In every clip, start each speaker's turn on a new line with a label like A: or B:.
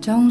A: 总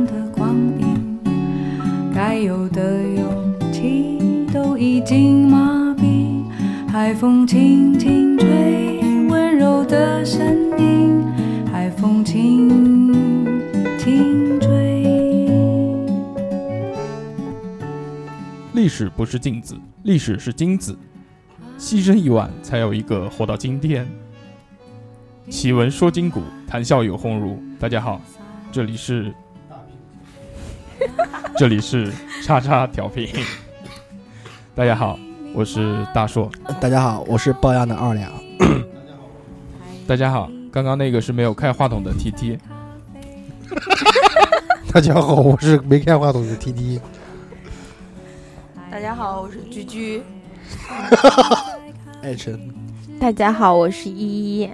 A: 的光影。该有的勇气都已经麻痹，海风轻轻吹，温柔的声音，海风轻轻吹。
B: 历史不是镜子，历史是金子。牺牲一万，才有一个活到今天。奇闻说今古，谈笑有鸿儒。大家好，这里是，这里是叉叉调频。大家好，我是大硕。
C: 大家好，我是龅牙的二两。
B: 大家好，刚刚那个是没有开话筒的 TT。
C: 大家好，我是没开话筒的 TT。
D: 大家好，我是居居。
C: 爱晨，
E: 大家好，我是依依。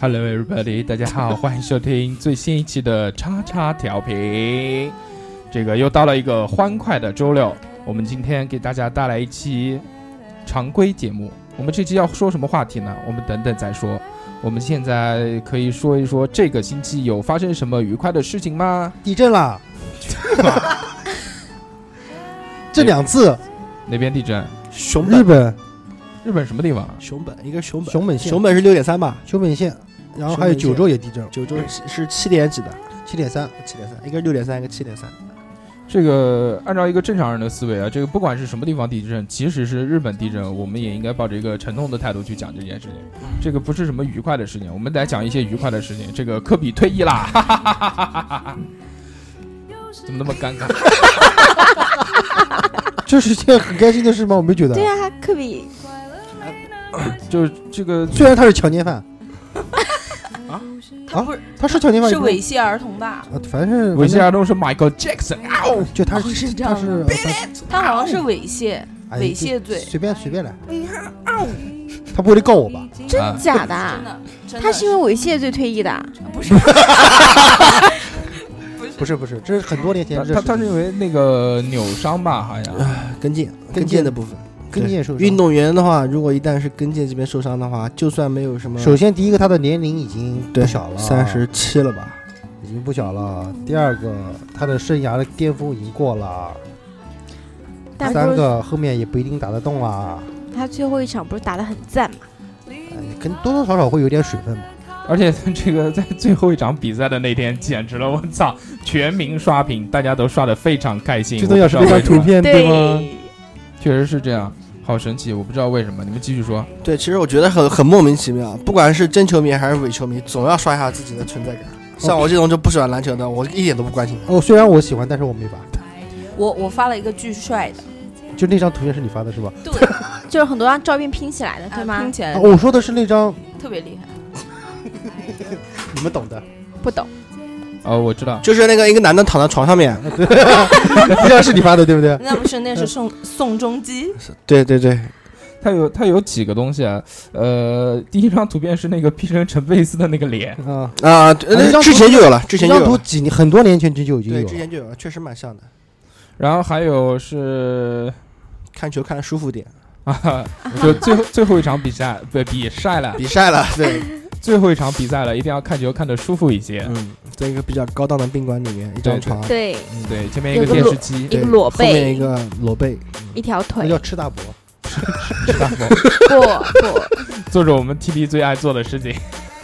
B: Hello everybody，大家好，欢迎收听最新一期的叉叉调频。这个又到了一个欢快的周六，我们今天给大家带来一期常规节目。我们这期要说什么话题呢？我们等等再说。我们现在可以说一说这个星期有发生什么愉快的事情吗？
C: 地震 啦！这两次，
B: 哪边地震？
F: 熊
C: 日
F: 本，
C: 本
B: 日本什么地方啊？
F: 熊本应该是熊本，
C: 熊本县
F: 熊本是六点三吧？
C: 熊本县，然后还有
F: 熊本县
C: 九州也地震，
F: 九州是是七点几的？
C: 七点三。
F: 七点三，应该是六点三，一个七点三。
B: 这个按照一个正常人的思维啊，这个不管是什么地方地震，即使是日本地震，我们也应该抱着一个沉痛的态度去讲这件事情。这个不是什么愉快的事情，我们来讲一些愉快的事情。这个科比退役啦，哈哈哈哈哈哈怎么那么尴尬？
C: 这是件很开心的事吗？我没觉得。
E: 对啊，科比，
B: 就是这个
C: 虽然他是强奸犯，
D: 他不是、
C: 他是强奸犯，
D: 是猥亵儿童吧？
C: 啊，反正是
B: 猥亵儿童是 Michael Jackson 啊、哦，
C: 就他是
E: 是这
C: 他
E: 样
C: 是
D: 他好像是猥亵，
C: 哎
D: 猥亵罪
C: 随便随便来。他不会告我吧？
E: 真
B: 啊
E: 假的
D: 真
E: 啊？
D: 的，真的
E: 他是因为猥亵罪退役的啊，
D: 不是不是
C: 不是不是，这是很多年前
B: 他
C: 的事
B: 他
C: 情，
B: 他是因为那个扭伤吧，哎好像
F: 跟腱，跟
C: 跟腱
F: 腱的部分，
C: 跟腱受
F: 对
C: 伤
F: 运。动员的话，如果一旦是跟腱这边受伤的话，就算没有什么，
C: 首先第一个，他的年龄已经不
F: 嗯对
C: 小了，
F: 三十七了吧？
C: 已经不小了。第二个，他的生涯的巅峰已经过了。
E: 但不
C: 三
E: 是
C: 个后面也不一定打得动啦，
E: 他最后一场不是打得很赞嘛？
C: 哎，可能多多少少会有点水分吧。
B: 而且这个在最后一场比赛的那天，简直了，我操！全民刷屏，大家都刷得非常开心。我不知道为什么
C: 片
B: 确实是这样，好神奇，我不知道为什么。你们继续说，
F: 对，其实我觉得很很莫名其妙，不管是真球迷还是伪球迷，总要刷一下自己的存在感。像我这种就不喜欢篮球的，我一点都不关心。
C: 哦，虽然我喜欢，但是我没发。
D: 我我发了一个巨帅的，
C: 就那张图片是你发的是吧？
D: 对，
E: 就是很多张照片拼起来的，对
D: 啊
E: 吗
D: 拼？起来
C: 啊，我说的是那张，
D: 特别厉害。
C: 你 们懂的，
E: 不懂，
B: 哦，我知道，
F: 就是那个一个男的躺在床上面，
C: 那张是你发的对不对？
D: 那不是，那是宋宋仲基，
F: 对对对，
B: 它有它有几个东西啊，呃，第一张图片是那个 P 成陈佩斯的那个脸，
C: 啊，
F: 啊，对
C: 那张图
F: 之前就有了，之前
C: 这
F: 就
C: 张
F: 有
C: 图
F: 了，
C: 几年很多年前就已经
F: 对，
C: 有
F: 之
C: 了。
F: 前就有了，确实蛮像的。
B: 然后还有是
F: 看球看得舒服点，
B: 啊，我说最后最后一场比赛不比赛了，
F: 比赛了， 对，
B: 最后一场比赛了，一定要看球看得舒服一些。
F: 嗯，在一个比较高档的宾馆里面，一张床，
E: 对，
B: 对，前面一个
E: 有个
B: 电
E: 路
B: 视机，
E: 一
F: 对
E: 个裸
F: 后面一
E: 背，
F: 个裸背，
E: 一条
C: 那
E: 腿，
C: 叫吃大伯，
E: 不不，
B: 做着我们 T T 最爱做的事情。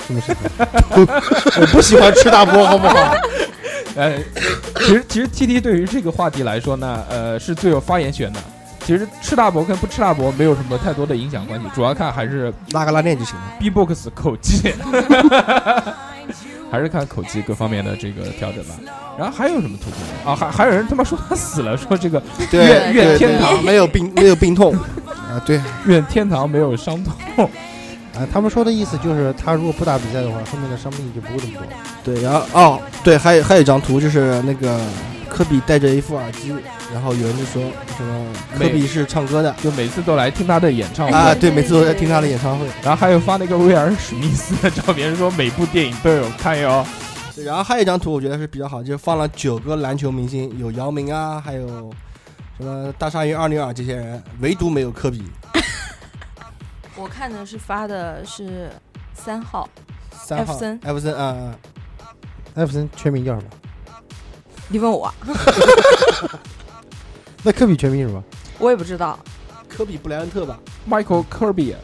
C: 是不是？
F: 我 不喜欢吃大波，好不好？
B: 呃，其实其实 T T 对于这个话题来说呢，呃，是最有发言权的。其实吃大伯跟不吃大伯没有什么太多的影响关系，主要看还是
F: 拉个拉链就行了。
B: B-box 口技，还是看口技各方面的这个调整吧。然后还有什么图片啊？还还有人他妈说他死了，说这个愿愿
F: 对
B: 天堂
F: 对没有病，没有病痛啊， 对，
B: 愿天堂没有伤痛。
C: 啊，他们说的意思就是，他如果不打比赛的话，后面的伤病就不会这么多。
F: 对，然后哦，对，还有还有一张图就是那个。科比戴着一副耳机，然后有人就说什么科比是唱歌的
B: 就每次都来听他的演唱会，
F: 啊，对，每次都在听他的演唱会。
B: 然后还有发那个威尔史密斯的照片，说每部电影都有看哟。
F: 对然后还有一张图我觉得是比较好，就是放了九个篮球明星，有姚明啊，还有什么大鲨鱼二零二这些人，唯独没有科比。
D: 我看的是发的是三号，
F: 三号
D: 艾弗森
F: 艾弗森啊，
C: 艾弗森全名叫什么？
D: 你问
E: 啊
D: 我，
C: 那科比全名是什么？
D: 我也不知道。
F: 啊科比布莱恩特吧，
B: Michael Kirby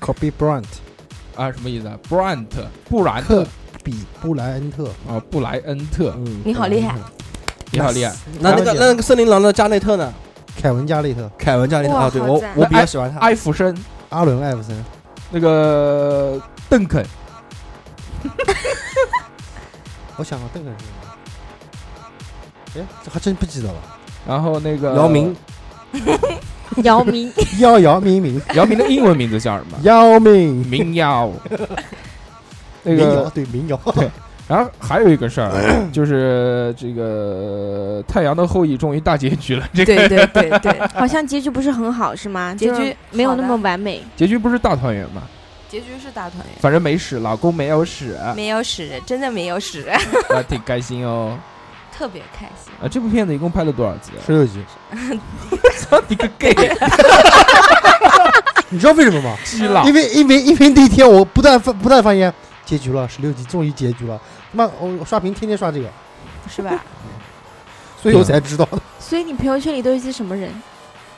C: 科比 Bryant，
B: 啊，什么意思啊？Brant 布兰特
C: 科比布莱恩特。
B: 啊，布莱恩特，
C: 嗯，
E: 你好厉害，
B: 你好厉害。
F: 那那个那个森林狼的加内特呢？
C: 凯文加内特、
F: 凯文加内特
E: 哇
F: 啊，对
E: 好
F: 我
E: 赞
F: 我比较喜欢他。
B: 艾弗森，
C: 阿伦艾弗森、
B: 那个邓肯，
C: 我想过邓肯是什么？哎，这还真不记得了。
B: 然后那个
F: 姚明，
E: 姚明
C: 姚姚明明，？
B: 姚明的英文名字叫什么
C: 姚明，
B: 民谣。那
C: 民谣
B: 个，
C: 对民谣，
B: 然后还有一个事儿，啊就是这个《太阳的后裔》终于大结局了。这个
D: 对对对对，
E: 好像结局不是很好是吗？
D: 结局
E: 就是没有那
D: 好
E: 么
D: 的
E: 完美。
B: 结局不是大团圆嘛？
D: 结局是大团圆，
B: 反正没死，老公没有死，
D: 没有屎，真的没有屎，
B: 啊，挺开心哦。
D: 特别开心。
B: 啊，这部片子一共拍了多少集？啊
C: 十六集。
B: 操你个 gay！
C: 你知道为什么吗？
B: 基佬
C: 因为因为因为那天我不断发不断发现结局了，十六集终于结局了。妈，我我刷屏天天刷这个，
E: 是吧？
C: 所以我才知道的。
E: 所以你朋友圈里都是些什么人？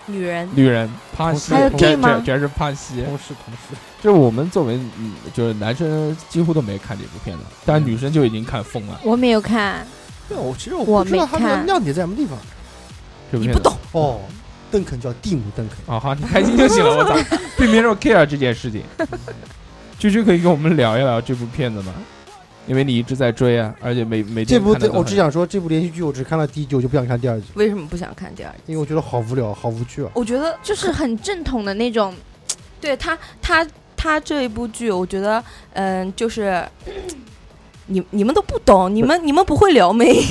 D: 女人
B: 女人潘西，
C: 还有
E: gay
B: 全
E: 吗
B: 全全是潘西。
C: 同事同事，
B: 就是我们作为嗯，就是男生几乎都没看这部片子，但女生就已经看疯了。
E: 我没有看，
C: 啊
F: 对，我其实
E: 我
F: 不知道
E: 没
F: 他这个
E: 看
F: 亮点在什么地方。
B: 这部
D: 你
B: 片
D: 不
B: 子
D: 懂，
C: 哦，邓肯叫蒂姆邓肯，
B: 啊，好，你开心就行了。我操，并没有 care 这件事情。居居可以跟我们聊一聊这部片子吗？因为你一直在追啊，而且每每天
C: 这部
B: 看得都
C: 我
B: 很
C: 只想说，这部连续剧我只看了第一集，我就不想看第二集，
D: 为什么不想看第二集？
C: 因为我觉得好无聊，好无趣啊。
D: 我觉得
E: 就是很正统的那种，
D: 对他，他他这一部剧，我觉得，嗯、就是 你你们都不懂，你们你们不会撩妹。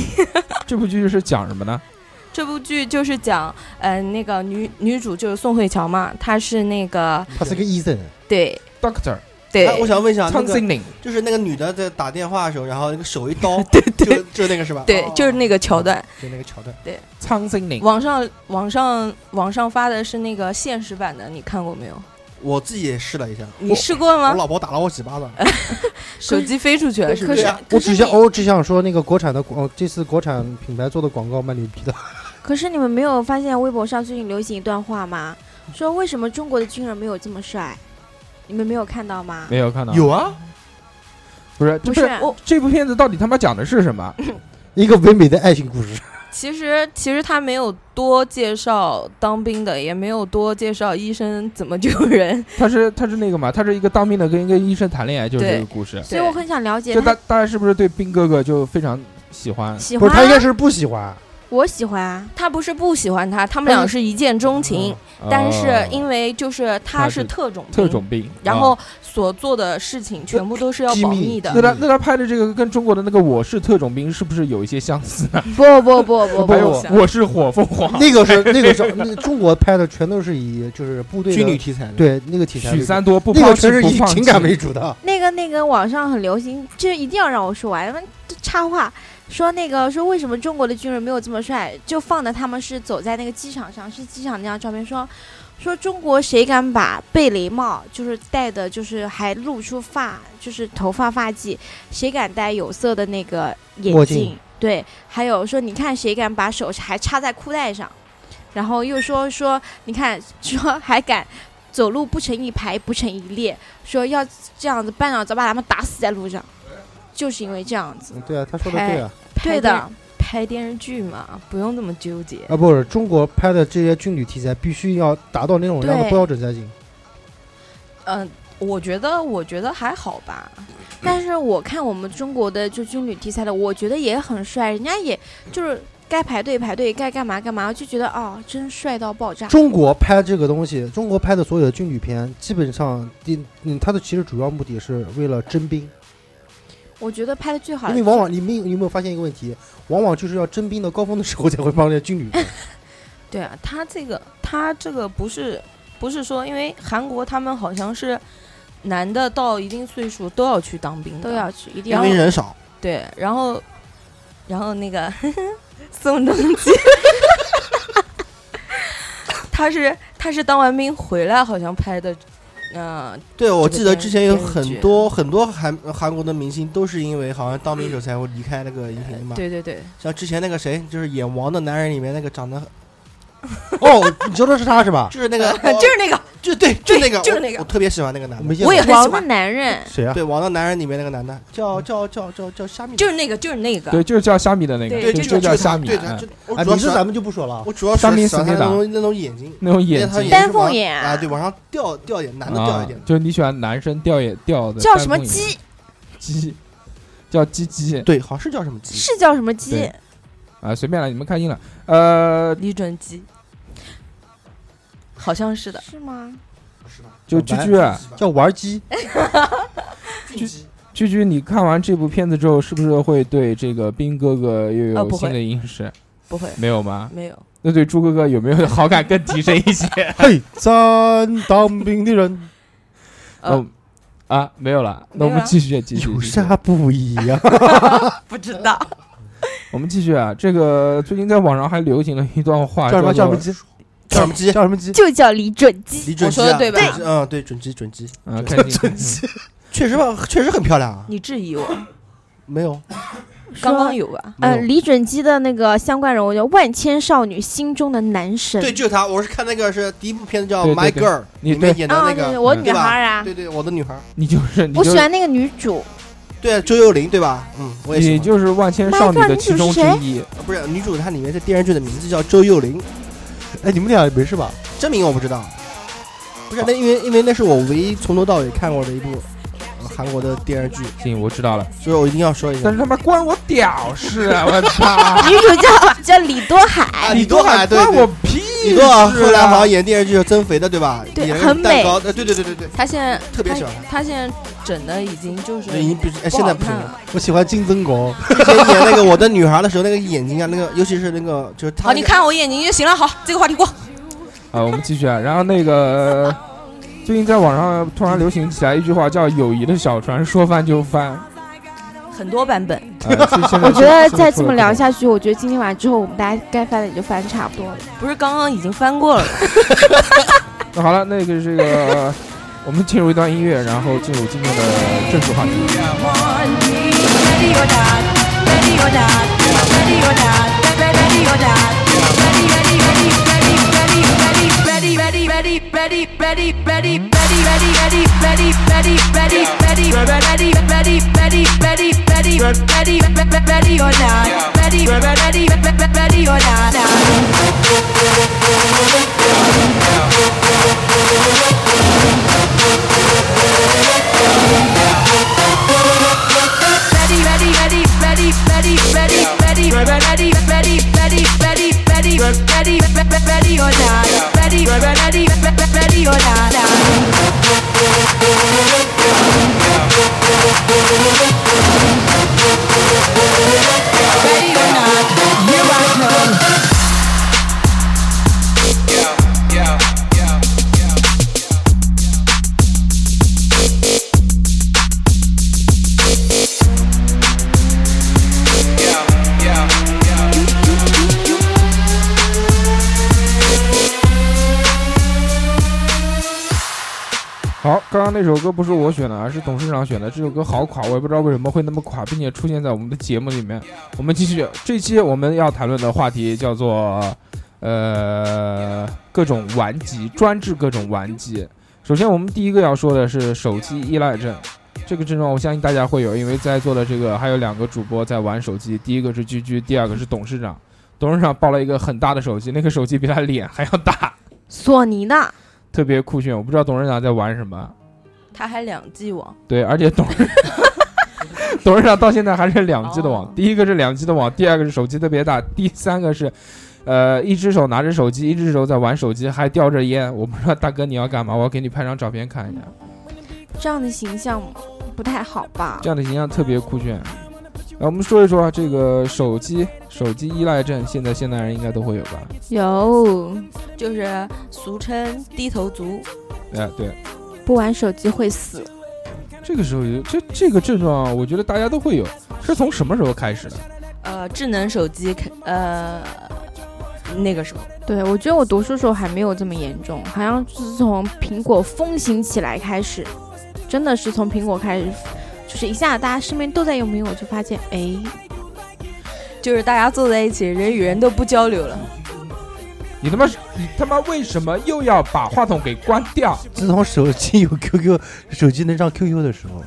B: 这部剧是讲什么呢？
D: 这部剧就是讲，嗯、那个女女主就是宋慧乔嘛，她是那个
C: 他是个医生，
D: 对
B: Doctor
D: 对、
F: 哎，我想问一下，那
B: 苍
F: 个
B: 精灵，
F: 就是那个女的在打电话的时候，然后那个手一刀，对对，就那个是吧？
D: 对
F: 哦，
D: 就是那个桥段。
F: 就那个桥段。
B: 苍精灵，
D: 网上网上网上发的是那个现实版的，你看过没有？
F: 我自己也试了一下，
D: 你
F: 我
D: 试过
F: 我
D: 吗？啊
F: 老婆打了我几巴掌。
D: 手机飞出去了是不
E: 可
D: 是？
E: 是
F: 对啊
E: 可
C: 我
E: 是
C: 只
E: 你
C: 想我只想说，那个国产的广，这次国产品牌做的广告蛮牛逼的。
E: 可是你们没有发现微博上最近流行一段话吗？说为什么中国的军人没有这么帅？你们没有看到吗？
B: 没有看到？
F: 有啊，
B: 不是？这
E: 不是
D: 我
B: 这部片子到底他妈讲的是什么？
C: 一个唯美的爱情故事，
D: 其实其实他没有多介绍当兵的，也没有多介绍医生怎么救人。
B: 他是他是那个嘛？他是一个当兵的跟一个医生谈恋爱，就 是
D: 对
B: 这个故事。
E: 所以我很想了解
B: 就大
E: 他
B: 大家是不是对兵哥哥就非常喜欢？
E: 喜
C: 不
E: 欢
C: 是他应该
E: 啊，
C: 是不喜欢，
E: 我喜欢啊。
D: 他不是不喜欢他，他们俩是一见钟情，但是因
B: 为
D: 为就是
B: 嗯他
D: 他
B: 是
D: 是特种兵
B: 呃特种，兵，
D: 然
B: 啊
D: 后所做的事情全部都是要
C: 机
D: 保
C: 密
D: 密的
B: 那。他那他拍的这个跟中国的那个《我是特种兵》是不是有一些相似呢？
E: 不不不不
C: 不
E: 不，
B: 还有
C: 我
B: 《我是火凤凰》
C: 那个是那个是那中国拍的，全都是以就是部队的
F: 军旅题材的。
C: 对那个题材为
B: 许
C: 主，
B: 三多不
C: 那
B: 抛
C: 个
B: 弃
C: 全是
B: 不
C: 以
B: 放弃
C: 情感为主的。
E: 那个那个网上很流行，这一定要让我说完。插话说那个说为什么中国的军人没有这么帅？就放的他们是走在那个机场上，是机场那张照片说。说中国谁敢把贝雷帽就是戴的，就是还露出发，就是头发发髻，谁敢戴有色的那个眼
C: 墨
E: 镜
C: 镜？
E: 对，还有说你看谁敢把手还插在裤带上，然后又说说你看说还敢走路不成一排不成一列，说要这样子，班长早把他们打死在路上，就是因为这样子。
C: 嗯对啊，他说的对啊。
E: 对的，
D: 拍电视剧嘛，不用那么纠结。
C: 啊，不是中国拍的这些军旅题材，必须要达到那种样的
E: 对
C: 标准才行。
D: 嗯，我觉得我觉得还好吧。
E: 但是我看我们中国的就军旅题材的，我觉得也很帅，人家也就是该排队排队，该干嘛干嘛，就觉得哦，真帅到爆炸。
C: 中国拍这个东西，中国拍的所有的嗯军旅片，基本上第嗯，它的其实主要目的是为了征兵，
E: 我觉得拍的最好
C: 因
E: 的
C: 为往往你们有你有没有发现一个问题？往往就是要征兵的高峰的时候才会帮人家军旅。
D: 对啊，他这个他这个不是不是说，因为韩国他们好像是男的到一定岁数都要去当兵的，
E: 都要去，一定
F: 因
E: 要
F: 为人少，
D: 对，然后然后那个 宋仲基， 他是他是当完兵回来好像拍的，嗯、
F: 对，我
D: 这个
F: 记得
D: 电
F: 之前有
D: 电视
F: 很
D: 剧啊
F: 多很多韩韩国的明星都是因为好像当兵时候才会离开那个荧屏嘛。
D: 对对对，，
F: 像之前那个谁，就是演《王的男人》里面那个长得，
C: 哦，你说的是他是吧？
F: 就是那个 哦
D: 就是那个
F: 就对，就那 个，
D: 就是
F: 我
D: 那个
F: 我特别喜欢那个男
C: 我
F: 的。
C: 没见过
D: 我也很喜
E: 王的
D: 欢，
E: 男人，
C: 谁啊？
F: 对，《王的男人》里面那个男的，叫叫叫叫叫虾米，
D: 就是那个就是那个，
B: 对，就是叫虾米的那个，
D: 对
F: 对，
B: 就
D: 就
B: 就
D: 就
B: 叫
F: 他
B: 虾米，
F: 对，
B: 嗯
F: 他就我
B: 啊
F: 主
C: 名
F: 要
C: 字
F: 是
C: 哎咱们就不说了啊。
F: 我主要是
B: 虾米
F: 喜
B: 斯
F: 欢他
B: 密
F: 那
B: 达
F: 种那种眼睛，
B: 那种
F: 因为
B: 眼
F: 他
B: 睛
F: 睛
E: 丹
F: 是往
E: 凤眼啊
F: 啊，对，往上掉掉一点，男的掉
B: 啊
F: 一点，的，
B: 就是你喜欢男生掉眼掉的
E: 叫什么
B: 弹幕影
E: 鸡？
B: 鸡，叫鸡鸡
F: 对，啊好像是叫什么鸡，
E: 是叫什么鸡
B: 对？啊，随便了，你们看清了。呃，
D: 李准基，好像是的，
E: 是吗？
B: 就居
C: 叫
B: 居啊，
C: 叫玩鸡，
F: 俊基
B: 居居，你看完这部片子之后，是不是会对这个兵哥哥又
F: 哦
D: 啊
B: 有
D: 不会
B: 新的认识？
D: 不会，
B: 没有吗？
D: 没有，
B: 那对猪哥哥有没有 好感更提升一些？
C: 嘿，咱当兵的人
D: 呃
B: 嗯啊，没有了。那我
D: 没有
B: 们
D: 了
B: 继续，继续，
C: 有
B: 继续
C: 啥不一样？
D: 不知道，
B: 我们继续啊。这个最近在网上还流行了一段话，
C: 叫什么
B: 叫
C: 叫什么
B: 做
C: 鸡？
F: 叫什么鸡？
C: 叫什么鸡？
E: 就叫李准基。
F: 李准基
D: 我说的
F: 啊，
D: 对吧
F: 准基嗯，对，准基准基，
B: 啊，
F: 叫
B: 看
C: 准
B: 鸡。
F: 确实吧，确实很漂亮啊。
D: 你质疑我，
F: 没有，
D: 刚刚有吧？
F: 没
E: 呃，
F: 有
E: 李准基的那个相关人物叫万千少女心中的男神。
F: 对，就是他。我是看那个是第一部片子叫《
B: 对对
F: My
B: 对
F: Girl》，
B: 你
F: 里面
B: 对
F: 演的
E: 啊，
F: 那
E: 对对，
F: 个，
E: 我
B: 嗯
E: 女孩儿啊，
F: 对对，我的女孩，
B: 你就是，你
E: 我
B: 就
E: 喜
B: 是，
E: 欢那个女主，
F: 对周幽灵，对吧？嗯，我也喜
B: 你
F: 欢。
B: 就是万千少女的其中之一。
F: 呃不是女主，她里面的电视剧的名字叫周幽灵，
C: 哎，你们俩没事吧？
F: 真名我不知道。不是那，因为因为那是我唯一从头到尾看过的一部、呃韩国的电视剧，
B: 行，我知道了，
F: 所以我一定要说一下
B: 但。是他妈关我屌事啊！我操，
E: 女主叫叫李多海，
F: 啊，李多海，对
B: 关我
F: 对，
B: 屁
F: 李
B: 事
F: 多海
B: 啊！
F: 后来好像演电视剧叫增肥的，对吧？
E: 对
F: 演
E: 很
F: 蛋
E: 美
F: 糕，呃，对对对 对对，
D: 他现在
F: 特别喜欢
D: 他，他现在整的已经就是
F: 已经不是，哎，现在不
D: 不好
F: 行
D: 看
F: 了。
B: 啊
D: 了。
C: 我喜欢金针菇。
F: 之前演那个我的女孩的时候，那个眼睛啊，那个尤其是那个就是她
D: 好，
F: 那个，
D: 你看我眼睛就行了。好，这个话题过。
B: 啊，我们继续啊。然后那个最近在网上突然流行起来一句话，叫“友谊的小船说翻就翻
D: 很多版本，”
B: 啊。就现在
E: 我 觉得
B: 就
E: 再这么聊，
B: 就
E: 下去，我觉得今天晚上之后，我们大家该翻的也就翻差不多了。
D: 不是刚刚已经翻过了吗？
B: 出那好了，那个这个，我们进入一段音乐，然后进入今天的正式话题。好，刚刚那首歌不是我选的，而是董事长选的。这首歌好垮，我也不知道为什么会那么垮，并且出现在我们的节目里面。我们继续，这期我们要谈论的话题叫做，呃，各种顽疾，专治各种顽疾。首先，我们第一个要说的是手机依赖症。这个症状我相信大家会有，因为在座的这个还有两个主播在玩手机，第一个是居居，第二个是董事长。董事长抱了一个很大的手机，那个手机比他脸还要大，
E: 索尼的，
B: 特别酷炫。我不知道董事长在玩什么。
D: 他还两 G 网，
B: 对，而且董事董事长到现在还是两 G 的网，
D: 哦
B: 第一个是两 G 的网，第二个是手机特别大，第三个是，呃，一只手拿着手机，一只手在玩手机，还叼着烟。我不知道大哥你要干嘛，我要给你拍张照片看一下。
E: 这样的形象不太好吧
B: 这？样的形象特别酷炫。那我们说一说啊，这个手机手机依赖症，现在现代人应该都会有吧？
E: 有
D: 就是俗称低头族。
B: 哎，对，
E: 不玩手机会死，
B: 这个时候有这这个症状啊，我觉得大家都会有。是从什么时候开始的？
D: 呃，智能手机，呃，那个时候，
E: 对我觉得我读书时候还没有这么严重，好像是从苹果风行起来开始，真的是从苹果开始，就是一下大家身边都在用苹果，就发现哎，
D: 就是大家坐在一起，人与人都不交流了。
B: 你他妈你他妈为什么又要把话筒给关掉？
C: 自从手机有 QQ，手机能上 QQ 的时候，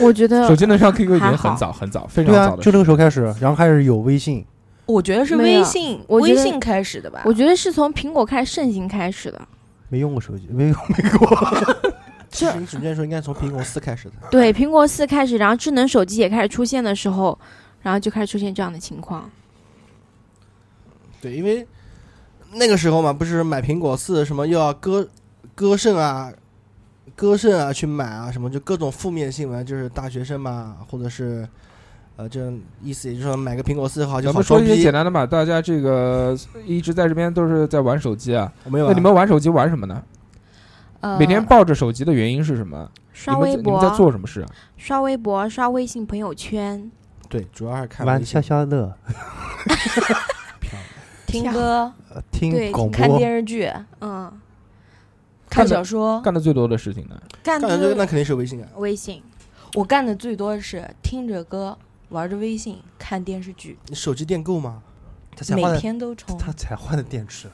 E: 我觉
B: 手
E: 得
B: 机能上 QQ 已
E: 嗯还
B: 经
E: 好
B: 很早很早，非常
C: 对啊
B: 早，的
C: 就
B: 时
C: 这
B: 候。
C: 个时候开始，然后开始有微信，
D: 我觉得是
E: 没有
D: 微信，
E: 我觉
D: 微
E: 得
D: 信开始的吧。
E: 我觉得是从苹果开始盛行开始的，
C: 没用过手机，没用没过。
F: 其实你准确说应该从苹果四开始的。
E: 对，苹果四开始，然后智能手机也开始出现的时候，然后就开始出现这样的情况。
F: 对，因为那个时候嘛，不是买苹果四什么又要割割肾啊、割肾啊去买啊，什么就各种负面新闻，就是大学生嘛，或者是呃，这样意思也就是说买个苹果四好就
B: 咱
F: 好
B: 们说
F: 装
B: 一些
F: 逼
B: 简。单的吧，大家这个一直在这边都是在玩手机啊。
F: 我没有啊，
B: 那你们玩手机玩什么呢？
D: 呃
B: 每天抱着手机的原因是什么？你
E: 嗯刷
B: 们
E: 微
B: 在你们在
E: 博，嗯
B: 做什么事啊？
E: 刷微博，刷微信朋友圈，
F: 对，主要还是看
C: 玩
F: 微
C: 消
F: 信
C: 消乐，
D: 听歌、
C: 呃
E: 对
C: 听广
D: 看
C: 播，
D: 电视剧、
E: 嗯，
B: 干
D: 看
B: 的
D: 小说。
B: 干的最多的事情呢？
E: 干
F: 干的这个那肯定是微信啊。
E: 微信，
D: 我干的最多的是听着歌，玩着微信，看电视剧，
F: 你手机电购吗？
C: 他才
D: 每
C: 换的，
D: 天都充。
C: 他才换的电池。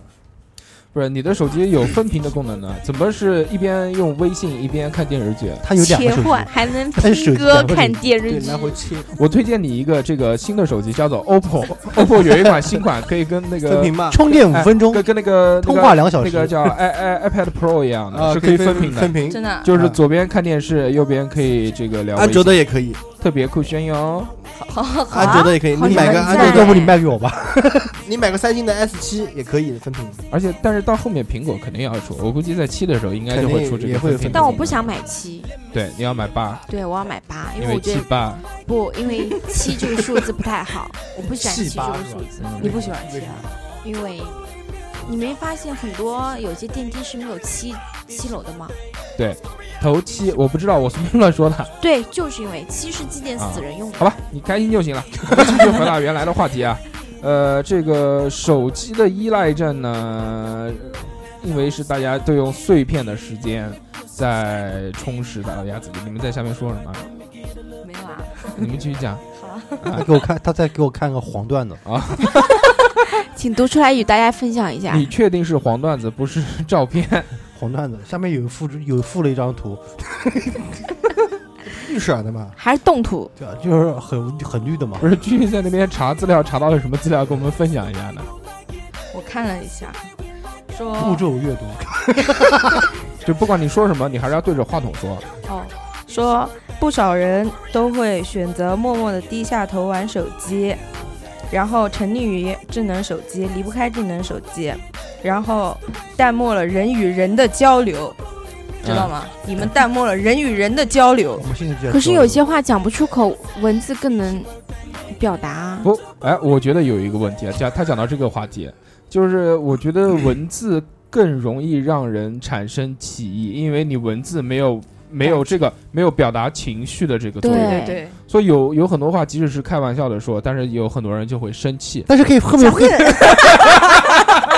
B: 不是你的手机有分屏的功能呢？怎么是一边用微信一边看电视剧？
C: 他有两个
E: 切
C: 手
E: 换
C: 机，
E: 还能
C: 但是手
E: 听
C: 机
E: 歌
C: 两个
E: 看
C: 手
E: 电
F: 对
E: 视，剧
F: 来，回切
B: 我推荐你一个这个新的手机，叫做 OPPO。OPPO 有一款新款，可以跟那
F: 分
B: 个
F: 屏吧。
C: 充电
B: 哎
C: 五分钟，
B: 跟跟那个
C: 通话两小
B: 那个那个
C: 时。
B: 叫 i i iPad Pro 一样的，
F: 啊，
B: 是可以分屏
F: 屏
B: 的
F: 分。屏
D: 真，的，
B: 就是左边看电视，右边可以这个聊微
F: 嗯安
B: 信
F: 卓，的也可以，
B: 特别酷炫哟。
D: 好好好
F: 安
D: 啊
F: 卓的也可以。
E: 好
F: 你买个
E: 像
F: 安
E: 在
F: 卓
C: 那
F: 的，
C: 要不你卖给我吧？
F: 你买个三星的 S 七也可以的分屏。
B: 而且，但是到后面苹果肯定要出，我估计在七的时候应该就会出这
F: 肯定也
B: 个
F: 会
B: 分
F: 有
B: 屏的。
E: 但我不想买七，
B: 对，你要买八，
E: 对我要买八，因
B: 因
E: 为
B: 为
E: 我觉
B: 七
E: 得
B: 八，
E: 不，因为七这个数字不太好，我不喜欢
C: 气
E: 七这
C: 八
E: 个
C: 是
E: 数
C: 吧
E: 字，
B: 嗯
D: 你不喜欢吃啊？
E: 因为你没发现很多有些电梯是没有七七楼的吗？
B: 头七我不知道，我随便乱说的。
E: 对，就是因为七是祭奠死人用的。
B: 啊好吧，你开心就行了。我们继续回到原来的话题啊， 呃，这个手机的依赖症呢，因为是大家都用碎片的时间在充实大家自己。你们在下面说什么？
D: 没有啊？
B: 你们继续 讲
D: 好啊，
C: 他给我看，他再给我看个黄段子。
B: 啊！
E: 请读出来与大家分享一下
B: 你确定是黄段子，不是照片？
C: 黄段子下面有附有附了一张图，
F: 绿色的嘛，
E: 还是动图？
C: 对啊，就是很很绿的嘛
B: 不。是，继续在那边查资料，查到了什么资料，跟我们分享一下呢？
D: 我看了一下，说
C: 步骤阅读，
B: 就不管你说什么，你还是要对着话筒说。
D: 哦，说不少人都会选择默默的低下头玩手机，然后沉溺于智能手机，离不开智能手机，然后淡漠了人与人的交流，知道吗？你们淡漠了人与人的交流
C: 我。们现在就在
E: 可是
C: 说
E: 有些话讲不出口，文字更能表达啊。
B: 不，哎，我觉得有一个问题啊，讲他讲到这个话题，就是我觉得文字更容易让人产生歧义，因为你文字没有没有这个没有表达情绪的这个作用，
E: 对
D: 对，
B: 所以有有很多话即使是开玩笑的说，但是有很多人就会生气。
C: 但是可以后面可以，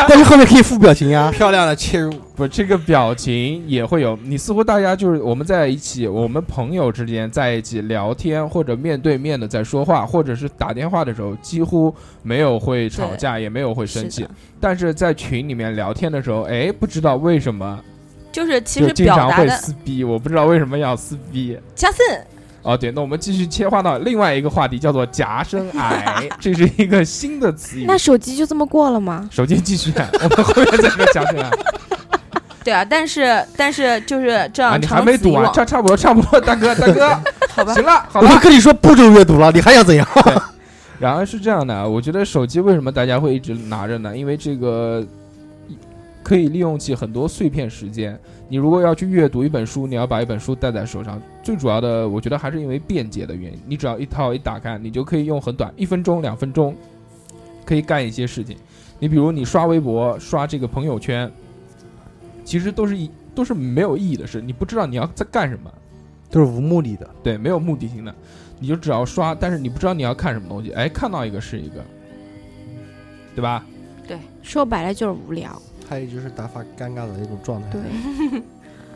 C: 但是后面可以附表情啊呀。
F: 漂亮的切入，
B: 不，这个表情也会有。你似乎大家就是我们在一起，我们朋友之间在一起聊天，或者面对面的在说话，或者是打电话的时候，几乎没有会吵
D: 对
B: 架，也没有会生
D: 是
B: 气
D: 的。
B: 但是在群里面聊天的时候，哎，不知道为什么
D: 就是其
B: 就
D: 实
B: 经
D: 表
B: 常
D: 达
B: 会
D: 的
B: 撕逼，我不知道为什么要撕逼。
D: 加森，
B: 哦，对，那我们继续切换到另外一个话题，叫做夹生癌，这是一个新的词语
E: 那。手机就这么过了吗？
B: 首先继续，啊我们后面再说夹生癌。
D: 对啊，但是但是就是这
B: 啊，
D: 样
B: 你还
D: 长
B: 没
D: 此
B: 读
D: 以
B: 完，
D: 往，
B: 差差不多，差不多，大哥，大哥，
D: 好吧
B: 行？了，好
C: 我
B: 了
C: 都。跟你说步骤阅读了，你还想怎样？
B: 啊然而是这样的，我觉得手机为什么大家会一直拿着呢？因为这个可以利用起很多碎片时间。你如果要去阅读一本书，你要把一本书带在手上。最主要的，我觉得还是因为便捷的原因，你只要一套一打开，你就可以用很短，一分钟、两分钟，可以干一些事情。你比如你刷微博、刷这个朋友圈，其实都是一都是没有意义的事，你不知道你要在干什么。
C: 都是无目的的。
B: 对，没有目的性的，你就只要刷，但是你不知道你要看什么东西，哎，看到一个是一个，对吧？
E: 对，说白了就是无聊。
F: 还有就是打发尴尬的一种状态。
E: 对，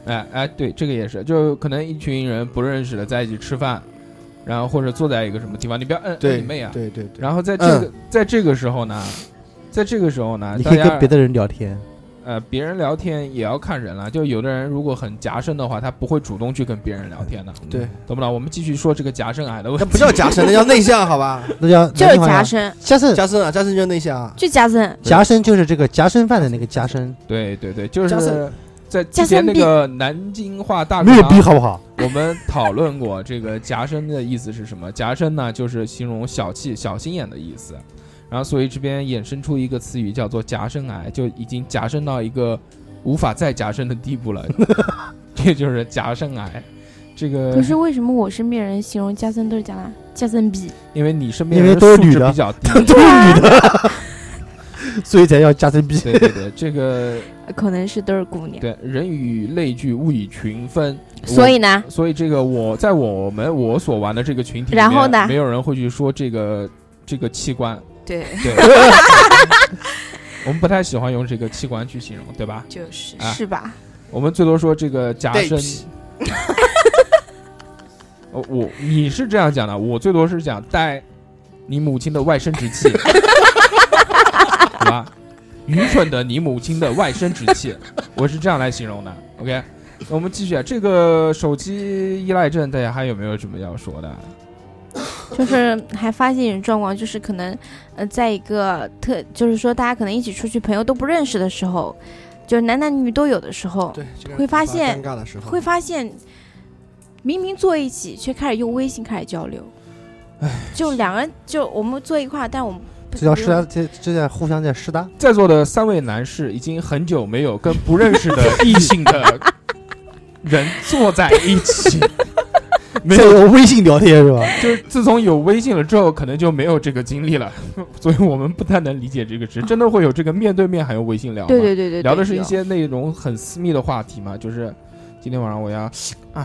B: 哎哎，对，这个也是，就可能一群人不认识的在一起吃饭，然后或者坐在一个什么地方，你不要摁摁
F: 对，
B: 你妹啊！
F: 对对对，
B: 然后在这个、在这个时候呢，在这个时候呢，
C: 你
B: 哎大
C: 可以跟
B: 家
C: 别的人聊天，
B: 呃别人聊天也要看人了，就有的人如果很夹生的话，他不会主动去跟别人聊天的，
F: 对，
B: 懂不懂？我们继续说这个夹生癌的问
F: 那
B: 题。
F: 不叫夹生，那叫内向，好 吧？
C: 那叫
E: 就是夹
C: 夹
E: 生，
C: 夹生，
F: 夹生啊，夹生就是内向啊。
E: 就夹生。
C: 夹生就是这个夹生饭的那个夹生，
B: 对对对，就
F: 夹
B: 是
F: 生
B: 在
E: 夹
B: 之前
E: 生
B: 那
E: 病
B: 个南京话大
C: 没
B: 课
C: 有
B: 堂
C: 逼好不好？
B: 我们讨论过这个夹生的意思是什么？夹生呢，就是形容小气、小心眼的意思。然后，所以这边衍生出一个词语叫做夹生癌，就已经夹生到一个无法再夹生的地步了，这就是夹生癌。这个
E: 可是为什么我身边人形容夹生都是讲啊夹生逼？
B: 因为你身边
C: 因为
B: 人
C: 都是
B: 素质
C: 女的
B: 比较低，
C: 都是女的， 所以才要夹生逼。
B: 对对对，这个
E: 可能是都是姑娘。
B: 对人以类聚，物以群分，我
E: 所以呢，
B: 所以这个我在我们我所玩的这个群体里面，
E: 然后呢
B: 没有人会去说这个这个器官，
G: 对，
B: 对， 我们不太喜欢用这个器官去形容，对吧？
G: 就是
B: 啊
E: 是吧？
B: 我们最多说这个夹
F: 对
B: 生
F: 皮。
B: 哦，我你是这样讲的，我最多是讲带你母亲的外生殖器， 好吧？愚蠢的你母亲的外生殖器，我是这样来形容的。OK，我们继续啊，这个手机依赖症，大家还有没有什么要说的？
E: 就是还发现一种状况，就是可能，呃，在一个特，就是说大家可能一起出去，朋友都不认识的时候，就是男男女女都有的时候，
F: 对，这个
E: 会发现
F: 尴尬的时候
E: 会发现明明坐一起，却开始用微信开始交流。就两个人，就我们坐一块儿，但我们不
C: 这叫
E: 不
C: 试
E: 用
C: 搭，这这在互相在试搭。
B: 在座的三位男士已经很久没有跟不认识的异性的人坐在一起，没
C: 在
B: 有，
C: 用微信聊天是吧？
B: 就是自从有微信了之后，可能就没有这个经 历了，所以我们不太能理解这个事，真的会有这个面对面还用微信聊吗？
E: 对对对对，对
B: 聊的是一
E: 有
B: 些内容很私密的话题嘛，就是今天晚上我要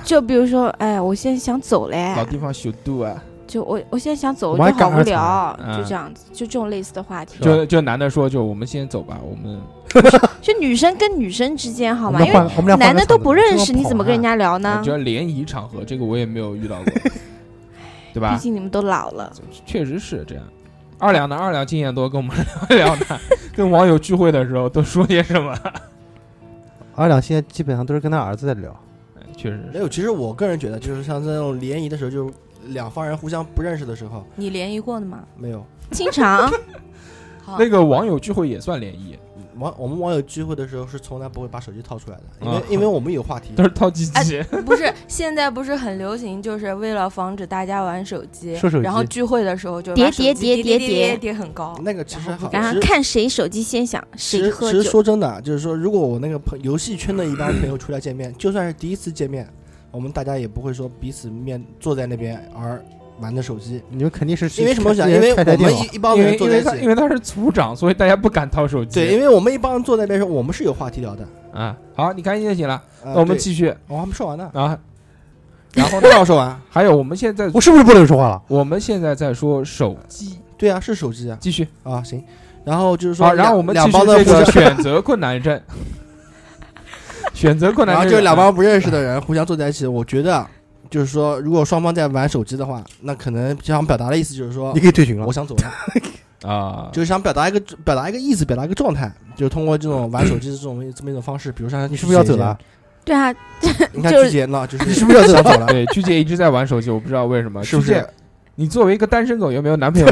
E: 就比如说，哎，我现在想走嘞，
B: 老地方修度啊，
E: 就我我现在想走，
C: 我
E: 就
C: 还
E: 好
C: 赶
E: 无
C: 上
E: 聊，
B: 场
E: 就
B: 嗯
E: 这样子，就这种类似的话题。
B: 就就男的说就我们先走吧，我们
E: 就女生跟女生之间好
C: 我
E: 吗？
C: 们
E: 因
C: 俩换
E: 为，
C: 我们俩换
E: 男
C: 个场
E: 的都
C: 子
E: 不认识，
C: 这么
E: 你怎么
C: 跑
E: 跟人
C: 啊
E: 家聊呢？
B: 只要联谊场合，这个我也没有遇到 过，对吧
E: 毕？竟你们都老了，
B: 确实是这样。二两呢？二两经验多，跟我们聊一聊 呢。跟网友聚会的时候都说些什么？
C: 二两现在基本上都是跟他儿子在聊，
B: 哎确实
F: 没
B: 是，
F: 有，其实我个人觉得，就是像这种联谊的时候，就是两方人互相不认识的时候，
G: 你联谊过的吗？
F: 没有
E: 经常哦
G: 好，
B: 那个网友聚会也算联谊，
F: 网我们网友聚会的时候是从来不会把手机掏出来的，因
B: 啊
F: 为因为我们有话题
B: 都。是套鸡
E: 哎
B: 鸡。
G: 不是，现在不是很流行，就是为了防止大家玩手机，
C: 收手机
G: 然后聚会的时候就
E: 叠
G: 把手
E: 叠
G: 机
E: 叠
G: 叠
E: 叠叠
G: 叠叠很高。
F: 那个其实还好，
E: 然后
F: 其实
E: 看谁手机先响，
F: 其
E: 谁
F: 实
E: 喝
F: 其
E: 酒
F: 实。说真的啊，就是说，如果我那个朋游戏圈的一帮朋友出来见面，就算是第一次见面，我们大家也不会说彼此面坐在那边而玩着手机，
C: 你们肯定是
F: 因为什么？我想，
C: 开
F: 因为
C: 开
F: 我
C: 台电
F: 们
C: 脑，
F: 一一帮
B: 因为
F: 人坐
B: 因
F: 在
B: 为
F: 一
B: 他因
F: 起，
B: 为他是组长，所以大家不敢掏手机。
F: 对，因为我们一帮人坐在那边的时候，我们是有话题聊的。
B: 啊，好，你开心就行了。
F: 呃
B: 那我们
F: 对
B: 继续
F: 我还没说完 呢，
B: 啊。
F: 然后不让我说完，
B: 还有，我们现在
C: 我是不是不能说话了？
B: 我们现在在说手机，
F: 对啊，是手机啊
B: 继续
F: 啊行。然后就是说
B: 好，
F: 两，
B: 然后我们继
F: 两
B: 续
F: 帮的
B: 这
F: 互
B: 个
F: 相，
B: 选择困难 症，选择困难
F: 然后
B: 症，
F: 就两帮不认识的人互相坐在一起。我觉得啊就是说，如果双方在玩手机的话，那可能想表达的意思就是说
C: 你，可以退群了
F: 我。想走了。
B: 啊，
F: 就是想表达一个表达一个意思，表达一个状态，就是通过这种玩手机的这种这么一种方式，比如说
C: 你是不是要走了？？
E: 对 啊，
F: 你看
E: 就是
F: 鞠姐那就是
C: 你是不是要走
F: 想走
C: 了？
F: 了？
B: 对，鞠姐一直在玩手机，我不知道为什么，
F: 是不
B: 鞠姐
F: 是？
B: 你作为一个单身狗，有没有男朋友？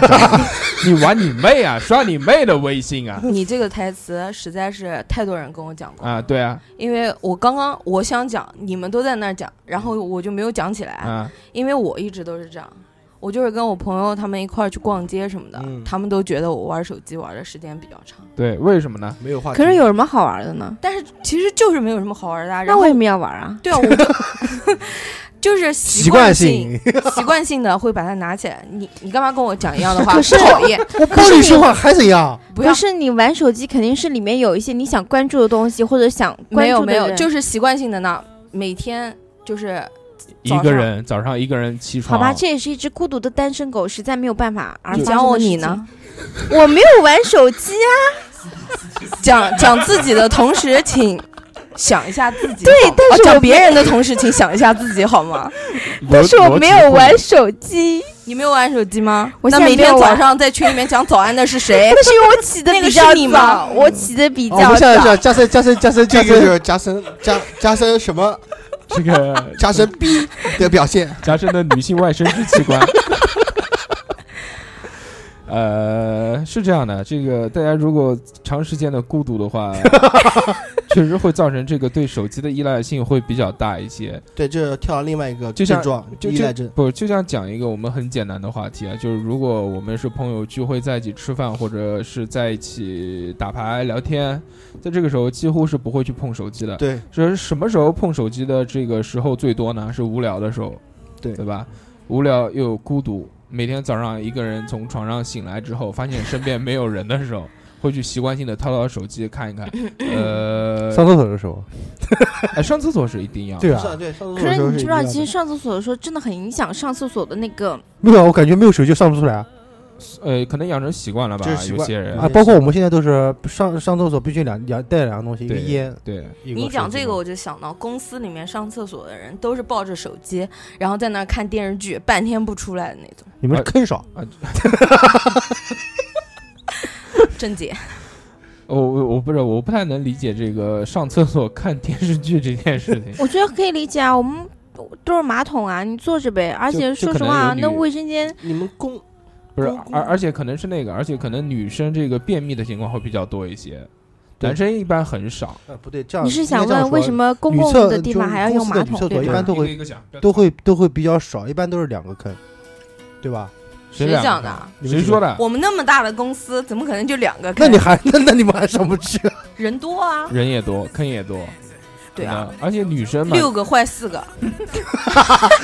B: 你 玩你妹啊，刷你妹的微信啊！
G: 你这个台词实在是太多人跟我讲过，
B: 啊，对啊，
G: 因为我刚刚我想讲，你们都在那儿讲，然后我就没有讲起来，
B: 啊，
G: 因为我一直都是这样。我我就是跟我朋友他们一块儿去逛街什么的，
F: 嗯
G: 他们都觉得我玩手机玩的时间比较长，
B: 对，为什么呢？
F: 没有话题。
E: 可是有什么好玩的呢？
G: 但是其实就是没有什么好玩的啊、然
E: 那
G: 后
E: 为什么要玩啊？
G: 对啊，我就 就是习
C: 习惯
G: 性
C: 性，
G: 习惯性的会把它拿起来。你你干嘛跟我讲一样的 话？
E: 可是
G: 讨厌，
C: 我帮你说话还啊怎样？
G: 不要
E: 可。是你玩手机肯定是里面有一些你想关注的东西，或者想关
G: 没有
E: 注的
G: 没有，
E: 人
G: 就是习惯性的呢，每天就是
B: 一个人早上一个人起
E: 好
B: 床，
E: 吧，这也是一只孤独的单身狗，实在没有办法而
G: 你
E: 发
G: 讲
E: 生
G: 啊我
E: 的事
G: 你
E: 情
G: 呢？？
E: 我没有玩手机啊，
G: 讲讲自己的同时，请想一下自己。
E: 对
G: 好吗
E: 但是
G: 哦
E: 我
G: 讲别人的同时，请想一下自己好吗？
E: 但是我
B: 逻
E: 没
B: 逻辑
E: 有
B: 不
E: 玩手机，
G: 你没有玩手机吗？
E: 我
G: 那
E: 现在
G: 每
E: 没有
G: 天早
E: 玩
G: 上在群里面讲早安的 是
D: 哎
G: 谁？
E: 那是因为我起的
G: 那个
E: 比
G: 是
E: 较
G: 你
E: 早，
G: 吗
E: 我起的比
C: 哦我
E: 较
C: 们
F: 啊
C: 现在
E: 早。
C: 讲加深加深加深加
F: 这个就是
C: 深，
F: 加深加加深什么
B: 这个
F: 加深 B 的表现。
B: 加深的女性外生殖器官。呃，是这样的，这个大家如果长时间的孤独的话，确实会造成这个对手机的依赖性会比较大一些。
F: 对，这跳到另外一个
B: 就
F: 症
B: 像
F: 状，
B: 就
F: 依赖
B: 就
F: 症。
B: 不就像讲一个我们很简单的话题啊，就是如果我们是朋友聚会在一起吃饭，或者是在一起打牌聊天，在这个时候几乎是不会去碰手机的。
F: 对，
B: 这是什么时候碰手机的这个时候最多呢？是无聊的时候，
F: 对
B: 对吧？无聊又有孤独，每天早上一个人从床上醒来之后，发现身边没有人的时 候，会去习惯性的掏掏手机看一看。呃，
H: 上厕所的时候，
B: 哎上厕所是一定要，
C: 对
F: 是啊，
C: 啊，
F: 对，上厕所
E: 可
F: 的
E: 是
F: 时候
E: 你
F: 是一
E: 知不知道，
F: 定
E: 其
F: 要
E: 实上厕所的时候真的很影响上厕所的那个。。
C: 没有，我感觉没有手机上不出来啊。
B: 呃，可能养成习惯了吧
F: 这是，习
B: 有
F: 惯
B: 些人
F: 对
C: 啊，包括我们现在都是上上厕所必须两两带两个东西，一个
B: 对
C: 烟，
B: 对，
C: 一
G: 你讲
C: 手
G: 这
C: 机
G: 个，我就想到公司里面上厕所的人都是抱着手机，然后在那儿看电视剧，半天不出来的那种。
C: 你们
B: 啊
C: 坑少，
G: 郑姐，
B: 我哦我我不是我不太能理解这个上厕所看电视剧这件事 情
E: 我觉得可以理解啊，我们都是马桶啊，你坐着呗。而
B: 就
E: 且
B: 就
E: 说
B: 可
E: 实
B: 能有
E: 话，啊
B: 女
E: 那卫生间
C: 啊
F: 你们公
B: 不是
F: 公，公
B: 而而且可能是那个，而且可能女生这个便秘的情况会比较多一些，
C: 对
B: 男生一般很少。
C: 呃，不对，这样
E: 你是想
C: 应该这样
E: 问为
C: 说
E: 什么公
C: 女
E: 共
C: 厕
E: 的地方
C: 就是
E: 还要
C: 公
E: 用
C: 司的
E: 马
C: 女
E: 桶
C: 厕？所
E: 对
C: 一
E: 吧
C: 般都会
B: 一个讲，
C: 都会都会比较少，一般都是两个坑，对吧？
B: 谁
G: 谁
B: 两个
G: 讲的啊？
C: 你们
B: 谁
C: 几
B: 说
C: 个？
B: 的？
G: 我们那么大的公司，怎么可能就两个坑？
C: 那你还那那你们还上不去？
G: 人多啊？
B: 人也多，坑也多，
G: 对啊，
B: 真的，而且女生嘛，
G: 六个坏四个，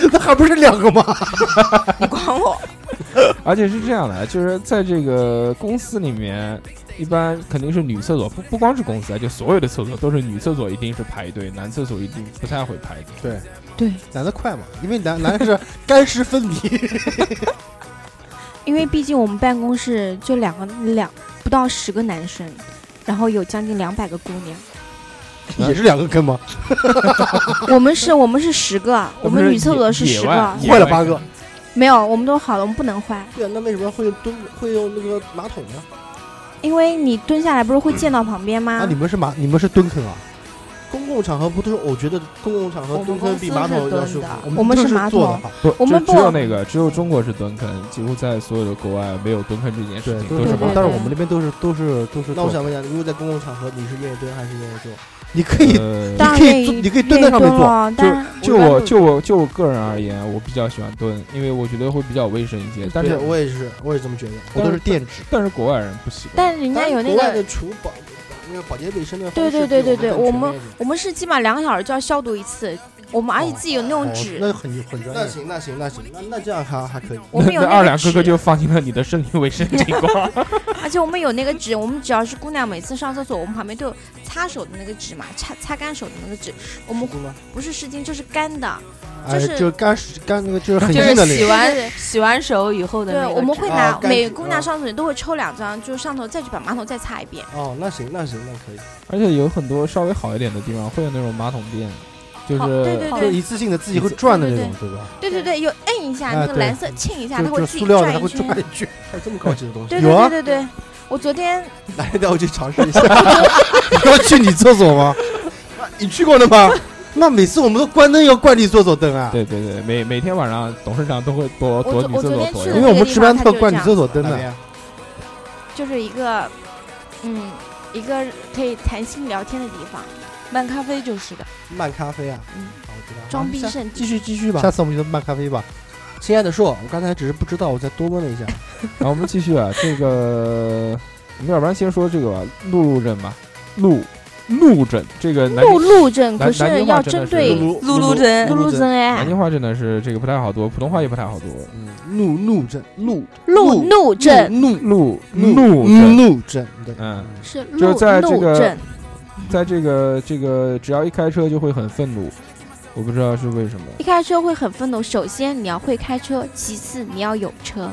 C: 那 还不是两个吗？
G: 你管我？
B: 而且是这样的，就是在这个公司里面，一般肯定是女厕所，不不光是公司啊，就所有的厕所都是女厕所一定是排队，男厕所一定不太会排队。
C: 男的快嘛，因为男男是干湿分离，
E: 因为毕竟我们办公室就两个两不到十个男生，然后有将近两百个姑 娘。
C: 也是两个坑吗？
E: 我们是，我们是十个，我们女厕所是
B: 野
E: 十
B: 外
E: 个，
B: 野
C: 坏了
B: 外
C: 八个
B: 坑
E: 没有，我们都好了，我们不能坏，
F: 对啊，那为什么会蹲会用那个马桶呢？
E: 因为你蹲下来不是会溅到旁边
C: 啊，
E: 吗
C: 你？们是马，你们是蹲坑啊？
F: 公共场合不都是？我觉得公共场合
G: 我们
F: 蹲
G: 公
F: 坑
G: 司
F: 比马桶
G: 是
F: 要
G: 蹲
F: 舒服
G: 的。
E: 我们
C: 都
E: 是
C: 是
E: 马
C: 坐
E: 桶
C: 的啊
B: 不，就
E: 我们
B: 只
E: 不
B: 有那个，只有中国是蹲坑，几乎在所有的国外没有蹲坑这件事
C: 对，
B: 情，
C: 都
B: 都是
C: 是
E: 对
B: 马
C: 马
E: 对
B: 桶。
C: 桶。但是我们那边都是都是都是
F: 那我
C: 坐的，
F: 想问一下，如果在公共场合，你是愿意蹲还是愿意坐？
C: 你可以
B: 呃
E: 当然
C: 你可以
E: 愿意
C: 蹲你可以蹲在上面
E: 愿意
C: 坐
E: 了当然
B: 就我就我就我个人而言，我比较喜欢蹲，因为我觉得会比较卫生一些。但是
F: 对我也是，我也这么觉得。
C: 我都是垫 纸。
B: 但是国外人不习惯。
E: 但人家有那
F: 国外的
E: 个，
F: 厨保那个保洁卫生的
E: 对
F: 方式
E: 对
F: 比
E: 对对对
F: 我
E: 我
F: 们更全
E: 们
F: 面一点
E: 我们是基本上两个小时就要消毒一次，我们而且自己有那种
C: 哦
E: 纸，
C: 那很很专
F: 那
C: 业。
F: 行那行那行，那那这样还还 可以。
E: 我们有
B: 那二
E: 那
B: 两
E: 个
B: 哥
E: 纸，
B: 哥就放心了你的生理卫生情况。
E: 而且我们有那个纸，我们只要是姑娘每次上厕所，我们旁边都有擦手的那个纸嘛，擦擦干手的那个纸，我们
F: 是吗
E: 不是湿巾就是干的，
C: 哎，
E: 就是
C: 就是干湿干那个就是很
G: 就
C: 硬
G: 是
C: 的那
G: 洗
C: 个。
G: 完洗完手以后的
E: 对，
G: 那个
E: 我们
G: 纸
E: 会
F: 纸
E: 拿
C: 哦
F: 啊干
E: 每
F: 纸
E: 姑
F: 啊
E: 娘上厕所都会抽两张，就上头再去把马桶再擦一遍。
F: 哦，那行那行那可以。
B: 而且有很多稍微好一点的地方会有那种马桶垫，就
E: 好对对
B: 是
C: 就
E: 对
G: 哦
C: 一次性的自己会转的那种
E: 对，
C: 对吧？
E: 对对对，有摁一下
C: 哎
E: 那个
C: 对
E: 蓝色，沁一下，它
C: 就
E: 会
C: 就
E: 自己
C: 塑料的，
E: 转
C: 它
E: 一
C: 会
E: 圈
C: 转。一圈。
F: 还有这么高级的东西，
E: 对
C: 有啊
E: 对对对对，我昨天
F: 哪天带我去尝试一 下。
C: 要去你厕所吗？ 你去过的吗？ 那每次我们都关灯，要关你厕所灯啊。
B: 对对对，每每天晚上董事长都会躲
E: 我
B: 躲
E: 昨
B: 女
E: 我
B: 厕
E: 昨
B: 所
E: 天
B: 左
E: 去
B: 右
C: 因。为我们值班特关你厕所灯啊
F: 哪
C: 的，
F: 边
E: 就是一个，嗯，一个可以谈心聊天的地方，
G: 漫咖啡就是的。
F: 漫咖啡啊？哦我知道。
E: 嗯装逼圣
F: 继
E: 地。
F: 续继续吧。
C: 下次我们就慢咖啡吧。
F: 亲爱的硕，我刚才只是不知道，我再多问了一下。
B: 然后我们继续啊，这个我们要不然先说这个吧，路怒症吧，路怒症这个南
E: 路路症
B: 南
E: 可
B: 南
E: 是
B: 京话
E: 要
B: 真的
E: 针
B: 是
E: 对
F: 露
G: 露露针
E: 路路症
B: 南
E: 哎，
B: 京话真的是这个不太好多，普通话也不太好多。
F: 嗯，怒怒症，怒
E: 路
B: 嗯
E: 怒症
F: 怒
B: 路
F: 怒
B: 怒症，
F: 怒症，对，
B: 嗯，
E: 是
B: 就
E: 路
B: 是在这
E: 怒
B: 个
E: 症，
B: 在这个这个只要一开车就会很愤怒，我不知道是为什么。
E: 一开车会很愤怒。首先你要会开车，其次你要有车。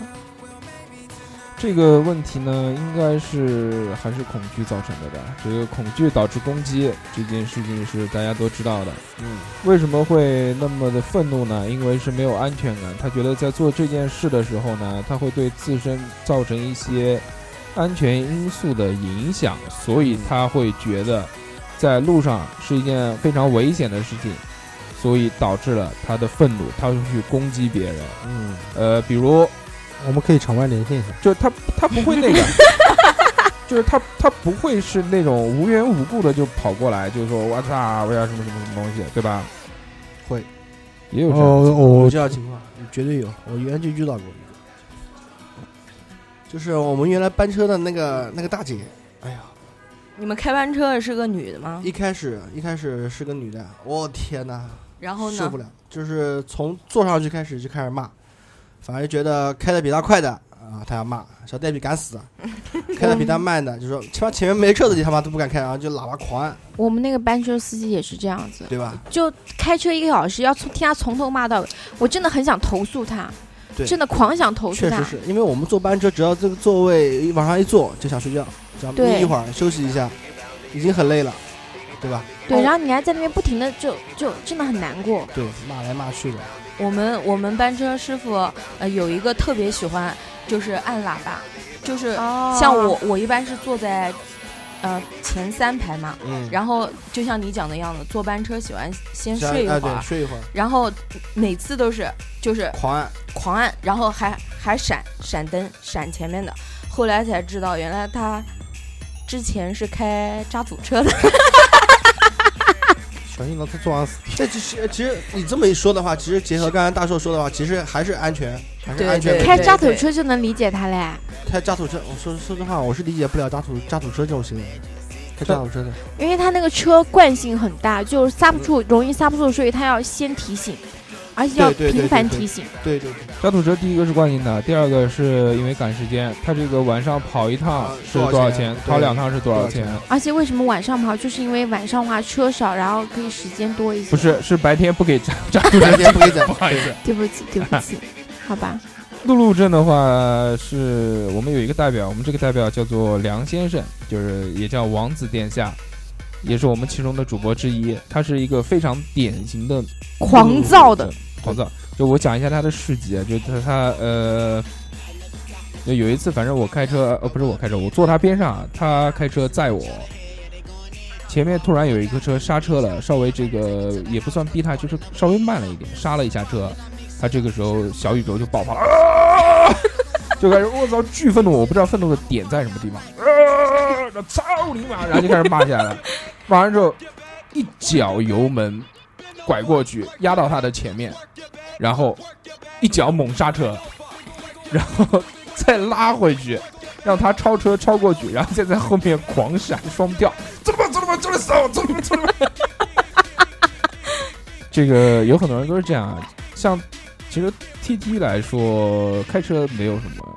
B: 这个问题呢，应该是还是恐惧造成的吧？这个恐惧导致攻击这件事情是大家都知道的。
F: 嗯，
B: 为什么会那么的愤怒呢？因为是没有安全感，他觉得在做这件事的时候呢，他会对自身造成一些安全因素的影响，所以他会觉得在路上是一件非常危险的事情，所以导致了他的愤怒，他会去攻击别人。
F: 嗯，
B: 呃，比如
C: 我们可以场外连线一下。
B: 就是他他不会那个，就是他他不会是那种无缘无故的就跑过来，就说我操，我要什么什么什么东西，对吧？
F: 会
B: 也有这样的
C: 哦，
F: 有
C: 我
F: 这样的情况，绝对有，我原来就遇到过一个，就是我们原来班车的那个那个大姐，哎呀，
G: 你们开班车的是个女的
E: 嗯
G: 吗？
F: 一开始一开始是个女的，我天哪，
G: 然后
F: 受
G: 呢
F: 不？了，就是从坐上去开始就开始骂，反而觉得开的比他快的啊，他要骂小呆逼敢死，啊开的比他慢的就说前面前面没车的你他妈都不敢开，然后就喇叭狂按，
E: 我们那个班车司机也是这样子，
F: 对吧？
E: 就开车一个小时，要从听他从头骂到尾，我真的很想投诉他，
F: 对
E: 真的狂想投诉
F: 确
E: 他
F: 实。是因为我们坐班车，只要这个座位一往上一坐就想睡觉，只要眯
E: 对
F: 一会儿休息一下，已经很累了，对吧？
E: 对，然后你还在那边不停的就就真的很难过。
F: 对，骂来骂去的，
G: 我们我们班车师傅呃有一个特别喜欢，就是按喇叭，就是
E: 哦
G: 像我我一般是坐在呃前三排嘛，
F: 嗯，
G: 然后就像你讲的样子，坐班车喜欢先
F: 这样
G: 睡一会
F: 哎
G: 儿
F: 对，，睡一会儿，
G: 然后每次都是就是
F: 狂按，
G: 狂按，然后还还闪闪灯闪前面的，后来才知道原来他之前是开渣土车的，
C: 小心老子撞死。
F: 这其实其实你这么一说的话，其实结合刚才大硕说的话，其实还是安全，还是
G: 对
F: 安全为
G: 对
F: 主
E: 开渣土车就能理解他嘞，
F: 开渣土车，我说说实话，我是理解不了渣土渣土车这种行为。开渣土车的，
E: 因为他那个车惯性很大，就是刹不
F: 嗯
E: 住，容易刹不住，所以他要先提醒，而且要
F: 对对对
E: 频繁
F: 对对
E: 提醒。
F: 对对 对，
B: 渣土车第一个是惯性的，第二个是因为赶时间，他这个晚上跑一趟
F: 啊
B: 是
F: 多少
B: 多少
F: 钱
B: 钱？跑
F: 对
B: 两趟是多少
F: 多少钱
B: 钱？
E: 而且为什么晚上跑，就是因为晚上的话车少，然后可以时间多一些。
B: 不是，是白天不给渣渣土车
F: 白天不 给整
B: 不，好意思，
E: 对不起，对不 起，好吧。
B: 路路症的话，是我们有一个代表，我们这个代表叫做梁先生，就是也叫王子殿下，也是我们其中的主播之一。他是一个非常典型的嗯
E: 狂躁的
B: 路怒症狂躁。就我讲一下他的事迹啊，就他他呃，就有一次，反正我开车，呃，不是我开车，我坐他边上啊，他开车载我。前面突然有一个车刹车了，稍微这个也不算逼他，就是稍微慢了一点，刹了一下车。他这个时候小宇宙就爆发了，啊、就开始我操巨愤怒，我不知道愤怒的点在什么地方，啊，操你妈！然后就开始骂起来了，骂完之后一脚油门拐过去，压到他的前面，然后一脚猛刹车，然后再拉回去，让他超车超过去，然后再在后面狂闪双跳，走了吧走了吧走了走走了吧走了吧。这个有很多人都是这样，啊，像其实 TT 来说，开车没有什么，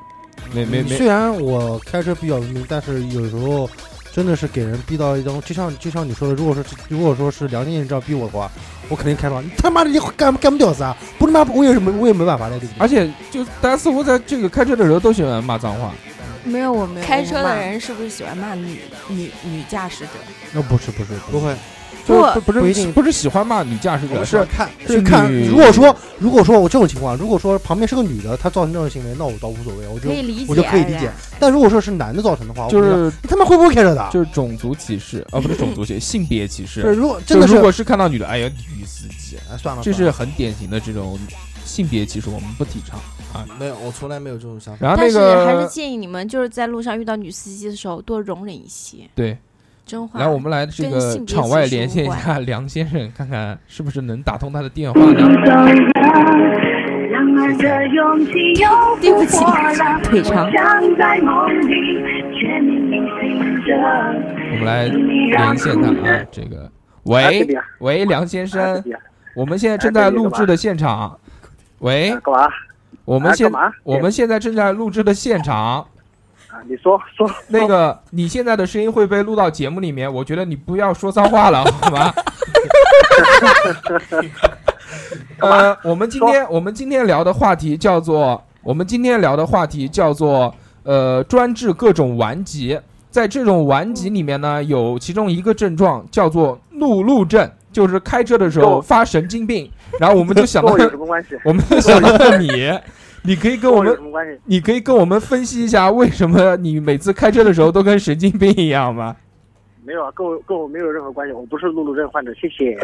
B: 没没没
C: 虽然我开车比较文明，但是有时候真的是给人逼到一种，就像就像你说的，如果说如果说是梁先生这样逼我的话，我肯定开窗，你他妈的你干干不了啥，不他妈我也是没我也没办法的，对不
F: 哎
C: 对？
B: 而且就大家似乎在这个开车的时候都喜欢骂脏话，
E: 没有，我没有。
G: 开车
E: 我骂
G: 的人是不是喜欢骂女女女驾驶者？
C: 那不是不是
F: 不会，
B: 就
E: 不
B: 是不
C: 不
B: 不
C: 一
B: 是
C: 定
B: 不是喜欢骂女驾驶
F: 我
B: 者，
F: 们喜
B: 是
F: 欢看，
B: 是
C: 去看。
B: 女
C: 如果说如果说我这种情况，如果说旁边是个女的，她造成这种行为，那我倒无所谓，我就
E: 可以理解，
C: 我就可以理解。但如果说是男的造成的话，我
B: 就
C: 觉得
B: 是
C: 你他妈会不会开车的啊？
B: 就是种族歧视啊，不是种族歧视，性别歧
C: 不是
B: 视。
C: 如果真
B: 就
C: 的
B: 如
C: 是
B: 果是看到女的，哎呀，女司机，
C: 哎算了，
B: 这
C: 算
B: 是
C: 了
B: 很典型的这种性别歧视，我们不提倡。
F: 没有，我从来没有这种想法。
B: 然后那
E: 但是还是
B: 个
E: 建议你们就是在路上遇到女司机的时候多容忍一些，
B: 对，
E: 真话。
B: 然后我们来这
E: 跟
B: 个
E: 性别
B: 场外
E: 歧视
B: 连
E: 无
B: 线一
E: 关
I: 嗯
B: 下梁先生，看看是不是能打通他的电话呢？
H: 让爱的勇气又
E: 对不起
H: 复活了，
E: 腿长。
H: 像在梦里，却明明醒着。
B: 我们来连线他啊，这个
I: 啊这
B: 喂
I: 边
B: 喂，梁先
I: 啊这
B: 生，
I: 边
B: 我们现在正在录制的现场，喂
I: 啊，干嘛？
B: 我们
I: 啊干
B: 现
I: 嘛
B: 我们现在正在录制的现场，
I: 啊，你说说
B: 那个你现在的声音会被录到节目里面，我觉得你不要说脏话了，好吗？呃，我们今天我们今天聊的话题叫做我们今天聊的话题叫做呃专治各种顽疾，在这种顽疾里面呢，有其中一个症状叫做怒路症，就是开车的时候
I: 哦
B: 发神经病，然后我们就想
I: 跟
B: 到
I: 我有什么关系？
B: 我们就想到你，你可以跟
I: 跟
B: 我
I: 我
B: 们
I: 有什么关系？
B: 你可以跟我们分析一下，为什么你每次开车的时候都跟神经病一样吗？
I: 没有啊，跟我跟我没有任何关系，我不是路怒症患者，谢谢。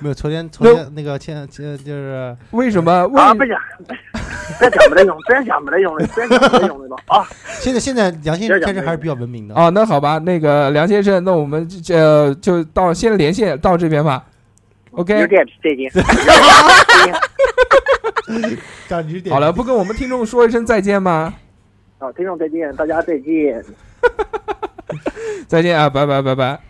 C: 没有，昨天昨天那个前前就是
B: 为什么？为、
I: 啊，不讲，不要讲没得用，不要讲没得用了，不要讲没得用了啊！
C: 现在现在良心开车还是比较文明的啊。
B: 哦，那好吧，那个梁先生，那我们就呃就到先连线到这边吧。
I: 有
B: OK，
I: 点再见。
C: 讲你点
B: 好了，，不跟我们听众说一声再见吗？
I: 好，听众再见，大家再见。
B: 再见啊，拜拜拜拜。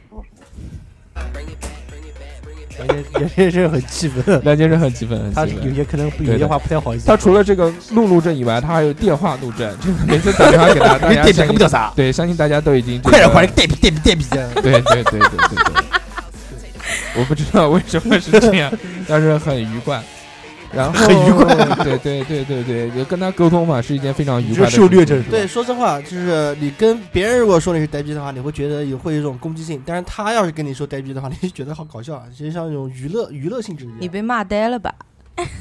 C: 有些人很气愤，
B: 梁先生很气愤，很
C: 他
B: 气
C: 有
B: 愤。
C: 些可能有些话不太好意思。
B: 他除了这个路怒症以外，他还有电话怒症，就是每次打电话给他，大
C: 你
B: 家
C: 点
B: 相信
C: 评不叫啥，
B: 对，相信大家都已经这
C: 快点
B: 个
C: 快点，点评点评点 评。
B: 对对对对对对，我不知道为什么是这样，但是很愉快。然后
C: 很愉
B: 快，对对对对对，就跟他沟通嘛，是一件非常愉
C: 你
B: 快
C: 这
B: 的事情。
C: 受虐者是吧？
F: 对，说真话，就是你跟别人如果说你是呆逼的话，你会觉得有会有一种攻击性；但是他要是跟你说呆逼的话，你就觉得好搞笑 啊，其实像一种娱乐娱乐性质一样。
D: 你被骂呆了吧？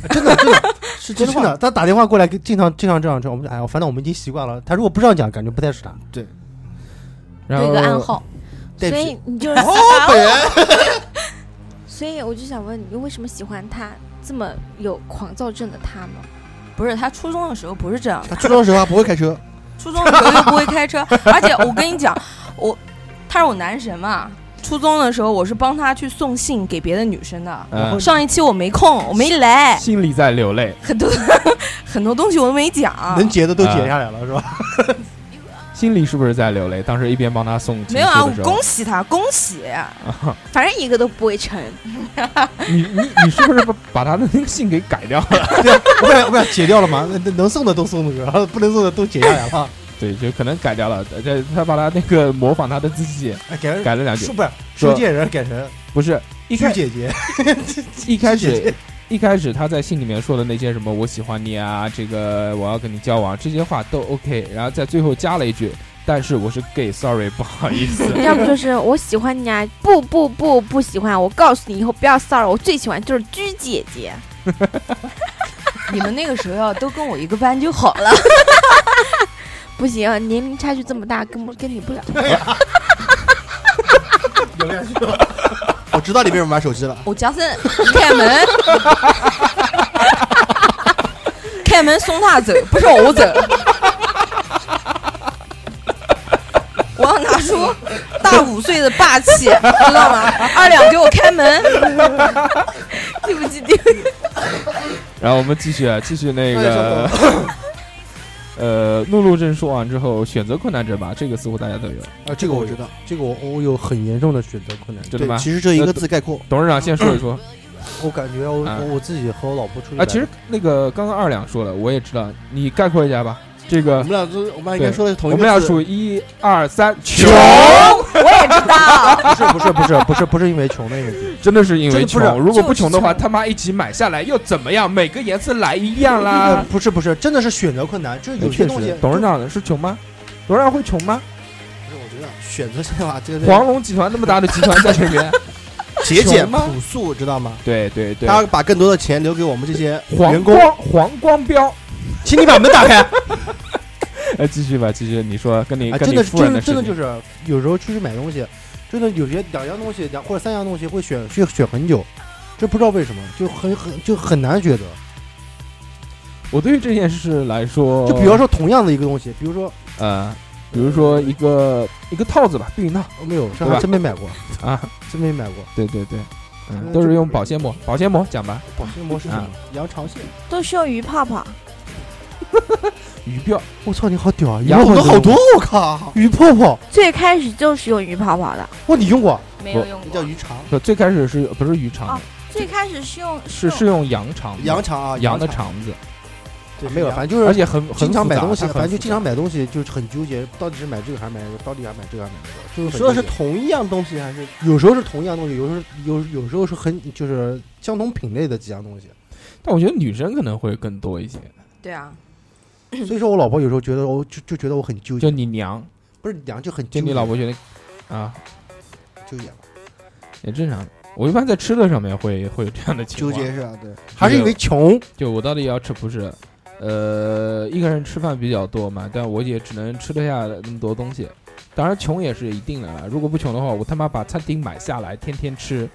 C: 真的真的
F: 是
C: 真
F: 真
C: 的
F: 话
C: 真，的，他打电话过来跟经常经常这样说，我们就哎呀，反正我们已经习惯了。他如果不这样讲，感觉不太是他。
B: 然
E: 有
B: 后
E: 一个暗号，
F: 对
E: 所
F: 不起
E: 以你 就是，所以我就想问你，为什么喜欢他这么有狂躁症的他呢？
D: 不是，他初中的时候不是这样的，
F: 他初中的时候还不会开车，
D: 初中的时候又不会开车， 而且我跟你讲，我他是我男神嘛。初中的时候，我是帮他去送信给别的女生的。
B: 嗯
D: 上一期我没空，我没来，
B: 心里在流泪，
D: 很多 很多东西我都没讲。
C: 能截的都截下来了，是吧？
B: 心里是不是在流泪？当时一边帮他送情
D: 没有啊，
B: 书
D: 我
B: 的时候
D: 恭，喜他，恭喜！
E: 反正一个都不会成。
B: 你你你是不是把把他的那个信给改掉了？
C: 对啊，我想我想截掉了嘛，那那能送的都送了，然后不能送的都截下来了。
B: 对，就可能改掉了。这他把他那个模仿他的自己
C: 哎，改成
B: 改了两句
C: 是，不是
B: 说
C: 收件人改成
B: 不是一
C: 鞠
B: 开
C: 姐姐？
B: 一开
C: 谢
B: 始
C: 谢
B: 一开始他在信里面说的那些什么我喜欢你啊，这个我要跟你交往这些话都 OK，然后在最后加了一句，但是我是 gay，sorry，不好意思。
E: 要不就是我喜欢你啊，不不不不喜欢，我告诉你以后不要骚扰，我最喜欢就是鞠姐姐。
D: 你们那个时候要都跟我一个班就好了。
E: 不行，年龄差距这么大，跟不跟你不了。
F: 我知道你为什么玩手机了。
D: 我家森开门， 开门送他走，不是我走。我要拿出大五岁的霸气，知道吗？二两给我开门，对不起，对不起。
B: 然后我们继续啊，继续那个， 呃，怒路症说完之后，选择困难症吧，这个似乎大家都有，
C: 啊，
F: 这个我知道，
C: 这个我我有很严重的选择困难症。
B: 真的吗？
F: 其实这一个字概括，
B: 董事长先说一说
C: 我感觉我
B: 啊
C: 我我自己和我老婆出
F: 嗯
C: 去
B: 啊，其实那个刚刚二两说了，我也知道，你概括一下吧。这
F: 我
B: 个
F: 们俩都我们俩应该说的是同
B: 我
F: 一个
B: 们
F: 字。
B: 俩数一二三，穷，
C: 不是哎不是不是不是不是因为穷的问题，
B: 真的是因为
C: 真的不是
B: 穷。如果不穷的话，
C: 就是
B: 他妈一起买下来又怎么样？每个颜色来一样啦
C: 啊。不是不是，真的是选择困难，就是哎
F: 哎
C: 有些东西
B: 哎董事长是穷吗？董事长会穷吗？
F: 不是我觉得选择性啊，这个
B: 黄龙集团那么大的集团在这 边，
F: 节俭
B: 穷吗
F: 朴素，知道吗？
B: 对对对，
F: 他把更多的钱留给我们这些
B: 黄
F: 员工。
B: 光黄光标，
C: 请你把门打开。
B: 哎，继续吧，继续，你说跟你
C: 啊，
B: 跟
C: 真
B: 你
C: 的是
B: 夫人
C: 真的
B: 事
C: 真的
B: 情
C: 就，是有时候出去买东西，真的有些两样东西两或者三样东西会选选选很久，这不知道为什么就很很就很难抉择。
B: 我对于这件事来说，
C: 就比方说同样的一个东西，比如说
B: 呃，比如说一个一个套子吧，避孕套
C: 哦没有，这
B: 对吧
C: 还真没买过
B: 啊，
C: 真没买过。
B: 对对对，嗯，都是用保鲜膜，保鲜膜讲吧，
F: 保鲜膜是什么？
C: 啊
F: 羊肠线。
E: 都是用鱼泡泡，
B: 鱼鳔，
C: 我操，你好屌啊！
B: 羊
C: 鱼泡
F: 懂得
C: 泡
F: 好
C: 用过
F: 多，我靠！
C: 鱼泡泡，
E: 最开始就是用鱼泡泡的，
C: 哇，你用过？
G: 没
B: 有
G: 有用
F: 那
G: 过
F: 叫。鱼肠，
B: 不，最开始是不是鱼肠
C: 啊
E: 哦？最开始是用
C: 哦
B: 是是用羊肠，
F: 羊肠啊，
B: 羊的
F: 肠，
B: 肠子，
F: 对，
C: 没有，
F: 羊
C: 反正就是
B: 而且很很
C: 经常
B: 复
C: 买
B: 杂
C: 东西，
B: 它很
C: 反正就
B: 复
C: 经常买东西，就是很纠结，到底是买这个还是买那个，到底还是买这个还是买那个，就是
F: 你
C: 很
F: 说的是
C: 纠结
F: 同一样东西还是
C: 有时候是同一样东西，有时候有有时候是很就是相同品类的几样东 西。
B: 杂，但我觉得女生可能会更多一些，
G: 对啊，
C: 所以说我老婆有时候觉得我就就觉得我很纠
B: 就
C: 结，
B: 你娘，
C: 不是娘就很
B: 就
C: 纠
B: 你
C: 结，
B: 老婆觉得啊，
C: 纠结嘛，
B: 也正常。我一般在吃的上面会会有这样的情
F: 纠
B: 况，
F: 结是吧？对，
C: 还是因为穷，
B: 就我到底要吃不是，呃，一个人吃饭比较多嘛，但我也只能吃得下那么多东西。当然，穷也是一定的了。如果不穷的话，我他妈把餐厅买下来，天天吃。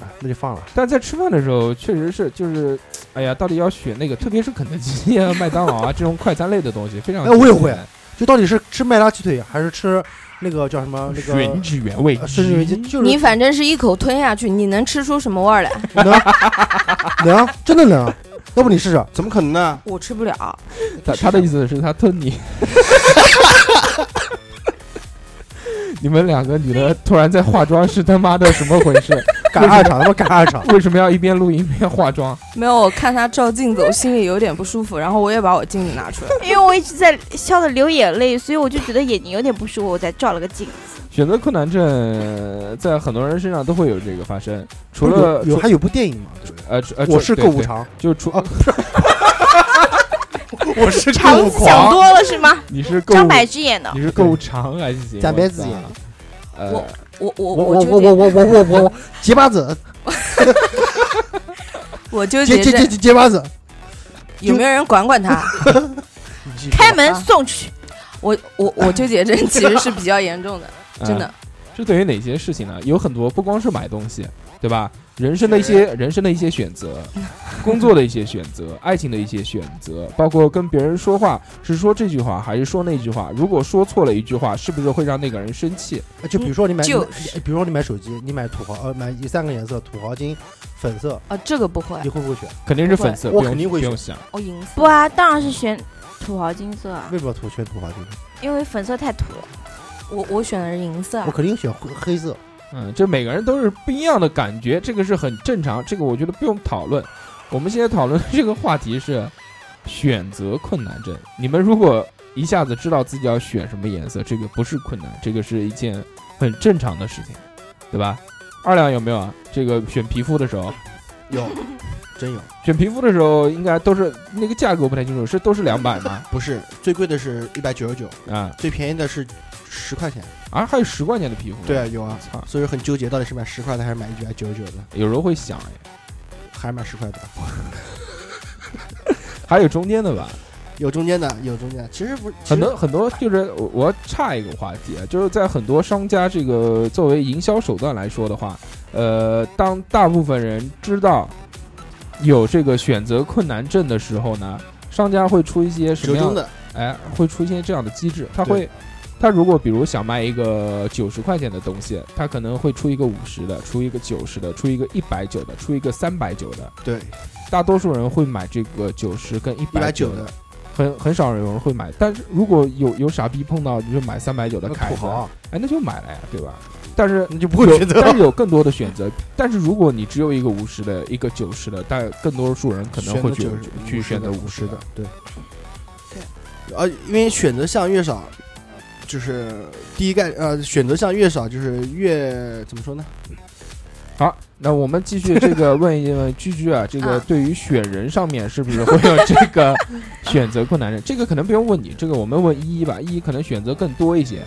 B: 哎
C: 啊那就放了。
B: 但在吃饭的时候，确实是就是，哎呀，到底要选那个，特别是肯德基啊、麦当劳啊这种快餐类的东西，非常
C: 哎我也会
B: 简单
C: 就到底是吃麦辣鸡腿还是吃那个叫什么啊那
B: 原
C: 个
B: 汁原味
C: 呃，生鱼片，就是
G: 你反正是一口吞下去，你能吃出什么味儿来？
C: 能能啊真的能，要不你试试？
F: 怎么可能呢？
G: 我吃不了，
B: 他他的意思是，他吞你。 你们两个女的突然在化妆是他妈的什么回事？，
C: 赶二场，他妈赶二场
B: 为什么要一边录音一边化妆？
G: 没有。我看他照镜子，我心里有点不舒服，然后我也把我镜子拿出来。
E: 因为我一直在笑的流眼泪，所以我就觉得眼睛有点不舒服，我才照了个镜。
B: 选择困难症呃在很多人身上都会有这个发生，除
C: 不是有
B: 了
C: 有
B: 除
C: 还有部电影嘛？对不对
B: 呃除呃
C: 我
B: 除
C: 是
B: 对
C: 购物
B: 对
C: 长，
B: 就除
C: 啊 我是
E: 肠子想多了是吗？
B: 你是购
E: 张
B: 物
E: 柏芝演的，
B: 你是购物长还是行？
C: 假白
B: 白
C: 子眼
B: 呃，
G: 我我
C: 我我
G: 纠
C: 我
G: 结
C: 我，我我我我我 结巴子，
G: 我纠
C: 结结
G: 结
C: 结
G: 这
C: 结结巴子，
G: 有没有人管管他？
E: 开门送去。
G: 我我我纠结症其实是比较严重的，
C: 嗯
G: 真的。
B: 啊这对于哪些事情呢？有很多，不光是买东西，对吧？人生的一些人生的一些选择， 工作的一些选择，爱情的一些选择，包括跟别人说话是说这句话还是说那句话。如果说错了一句话，是不是会让那个人生气？
C: 就比如说你买，
G: 就是
C: 比如说你买手机，你买土豪，呃，买三个颜色，土豪金、粉色，
G: 啊，这个不会
D: 哎
C: 你，会不会选？
B: 肯定是粉色，
C: 不会
B: 不
C: 我肯定
B: 用
C: 会
B: 不用想。
G: 我银色
E: 不啊，当然是选土豪金色啊，
C: 为什么要土选土豪金？
E: 因为粉色太土了。
G: 我我选的是银色啊
D: 哎
C: 我，肯定选灰黑色。
B: 嗯，这每个人都是不一样的感觉，这个是很正常，这个我觉得不用讨论。我们现在讨论的这个话题是选择困难症。你们如果一下子知道自己要选什么颜色，这个不是困难，这个是一件很正常的事情，对吧？二两有没有啊？这个选皮肤的时候，
F: 有，真有，
B: 选皮肤的时候应该都是那个价格我不太清楚，是都是两百吗？
F: 不是最贵的是一百九十九，
B: 啊
F: 最便宜的是十块钱。
B: 啊，还有十块钱的皮肤？
F: 对，啊，有啊，
B: 操，
F: 所以很纠结，到底是买十块的还是买一百九十九的，
B: 有时候会想哎，
F: 还是买十块的？
B: 还有中间的吧？
F: 有中间的，有中间的，其实不是
B: 很多很多就是我我要岔一个话题，啊，就是在很多商家这个作为营销手段来说的话，呃，当大部分人知道有这个选择困难症的时候呢，商家会出一些什
F: 折
B: 么样
F: 中？的，
B: 哎，会出现这样的机制，他会。他如果比如想卖一个九十块钱的东西，他可能会出一个五十的，出一个九十的，出一个一百九的，出一个三百九的。
F: 对，
B: 大多数人会买这个九十跟一
F: 一百
B: 百
F: 九
B: 的
F: 的，
B: 很很少有人会买，但是如果有有傻逼碰到就是买三百九的凯
C: 土
B: 子，
C: 豪啊
B: 哎，那就买了呀，对吧？但是
C: 你就不
B: 有
C: 会选择
B: 但是有更多的选择。但是如果你只有一个五十的，一个九十的，但更多数人可能会去
F: 选择90
B: 去选择五
F: 50
B: 十
F: 的
B: 的。，
F: 对，对，呃，因为选择项越少，就是第一概呃选择项越少，就是越怎么说呢？
B: 好，那我们继续这个问一问居居啊，这个对于选人上面是不是会有这个选择困难症？这个可能不用问你，这个我们问依依吧，依依可能选择更多一些，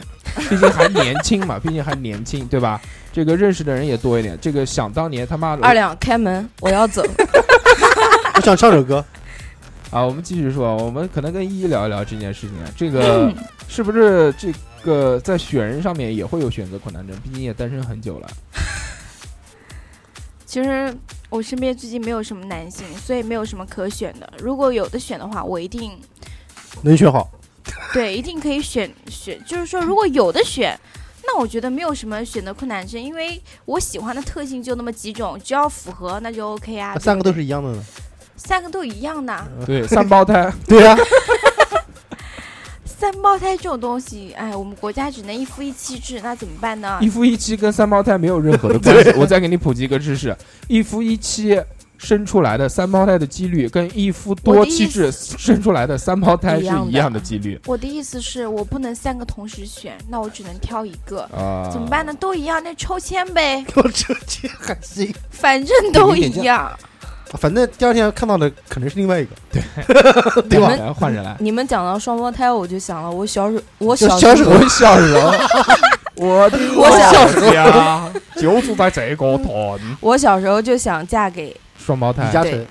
B: 毕竟还年轻嘛，毕竟还年轻，对吧？这个认识的人也多一点，这个想当年他妈
C: 嗯
B: 的
G: 二两开门，我要 走。
C: 我想唱首歌，
B: 啊，我们继续说，我们可能跟依依聊一聊这件事情啊，这个是不是这个在选人上面也会有选择困难症？毕竟也单身很久了，
E: 其实我身边最近没有什么男性，所以没有什么可选的。如果有的选的话，我一定
C: 能选好。
E: 对，一定可以选选。就是说，如果有的选，那我觉得没有什么选择困难症，因为我喜欢的特性就那么几种，只要符合那就 OK 啊
C: 那，三个都是一样的呢。
E: 三个都一样的。
B: 对， 三胞胎，
C: 对呀、
E: 三胞胎这种东西，哎，我们国家只能一夫一妻制，那怎么办呢
B: 一？夫一妻跟三胞胎没有任何的关系。我再给你普及一个知识：一夫一妻生出来的三胞胎的几率，跟一夫多妻
E: 我的
B: 制
E: 意
B: 生出来的三胞胎是一样的几率
E: 我的意思是我不能三个同时选，那我只能挑一个，
B: 啊。
E: 怎么办呢？都一样，那抽签呗，
C: 我这这还行。
E: 反正都一样。
C: 啊反正第二天看到的可能是另外一个。
B: 对
D: 我
B: 吧？换人来，
D: 你们讲到双胞胎，我就想了，我小时我
C: 就
D: 小
C: 小
D: 时
C: 时
D: 候
C: 候
B: 我小时候，我的
D: 我小
B: 时候就住在这个屯，
D: 我小时候就想嫁给
B: 双胞胎
C: 李嘉
D: 对
C: 诚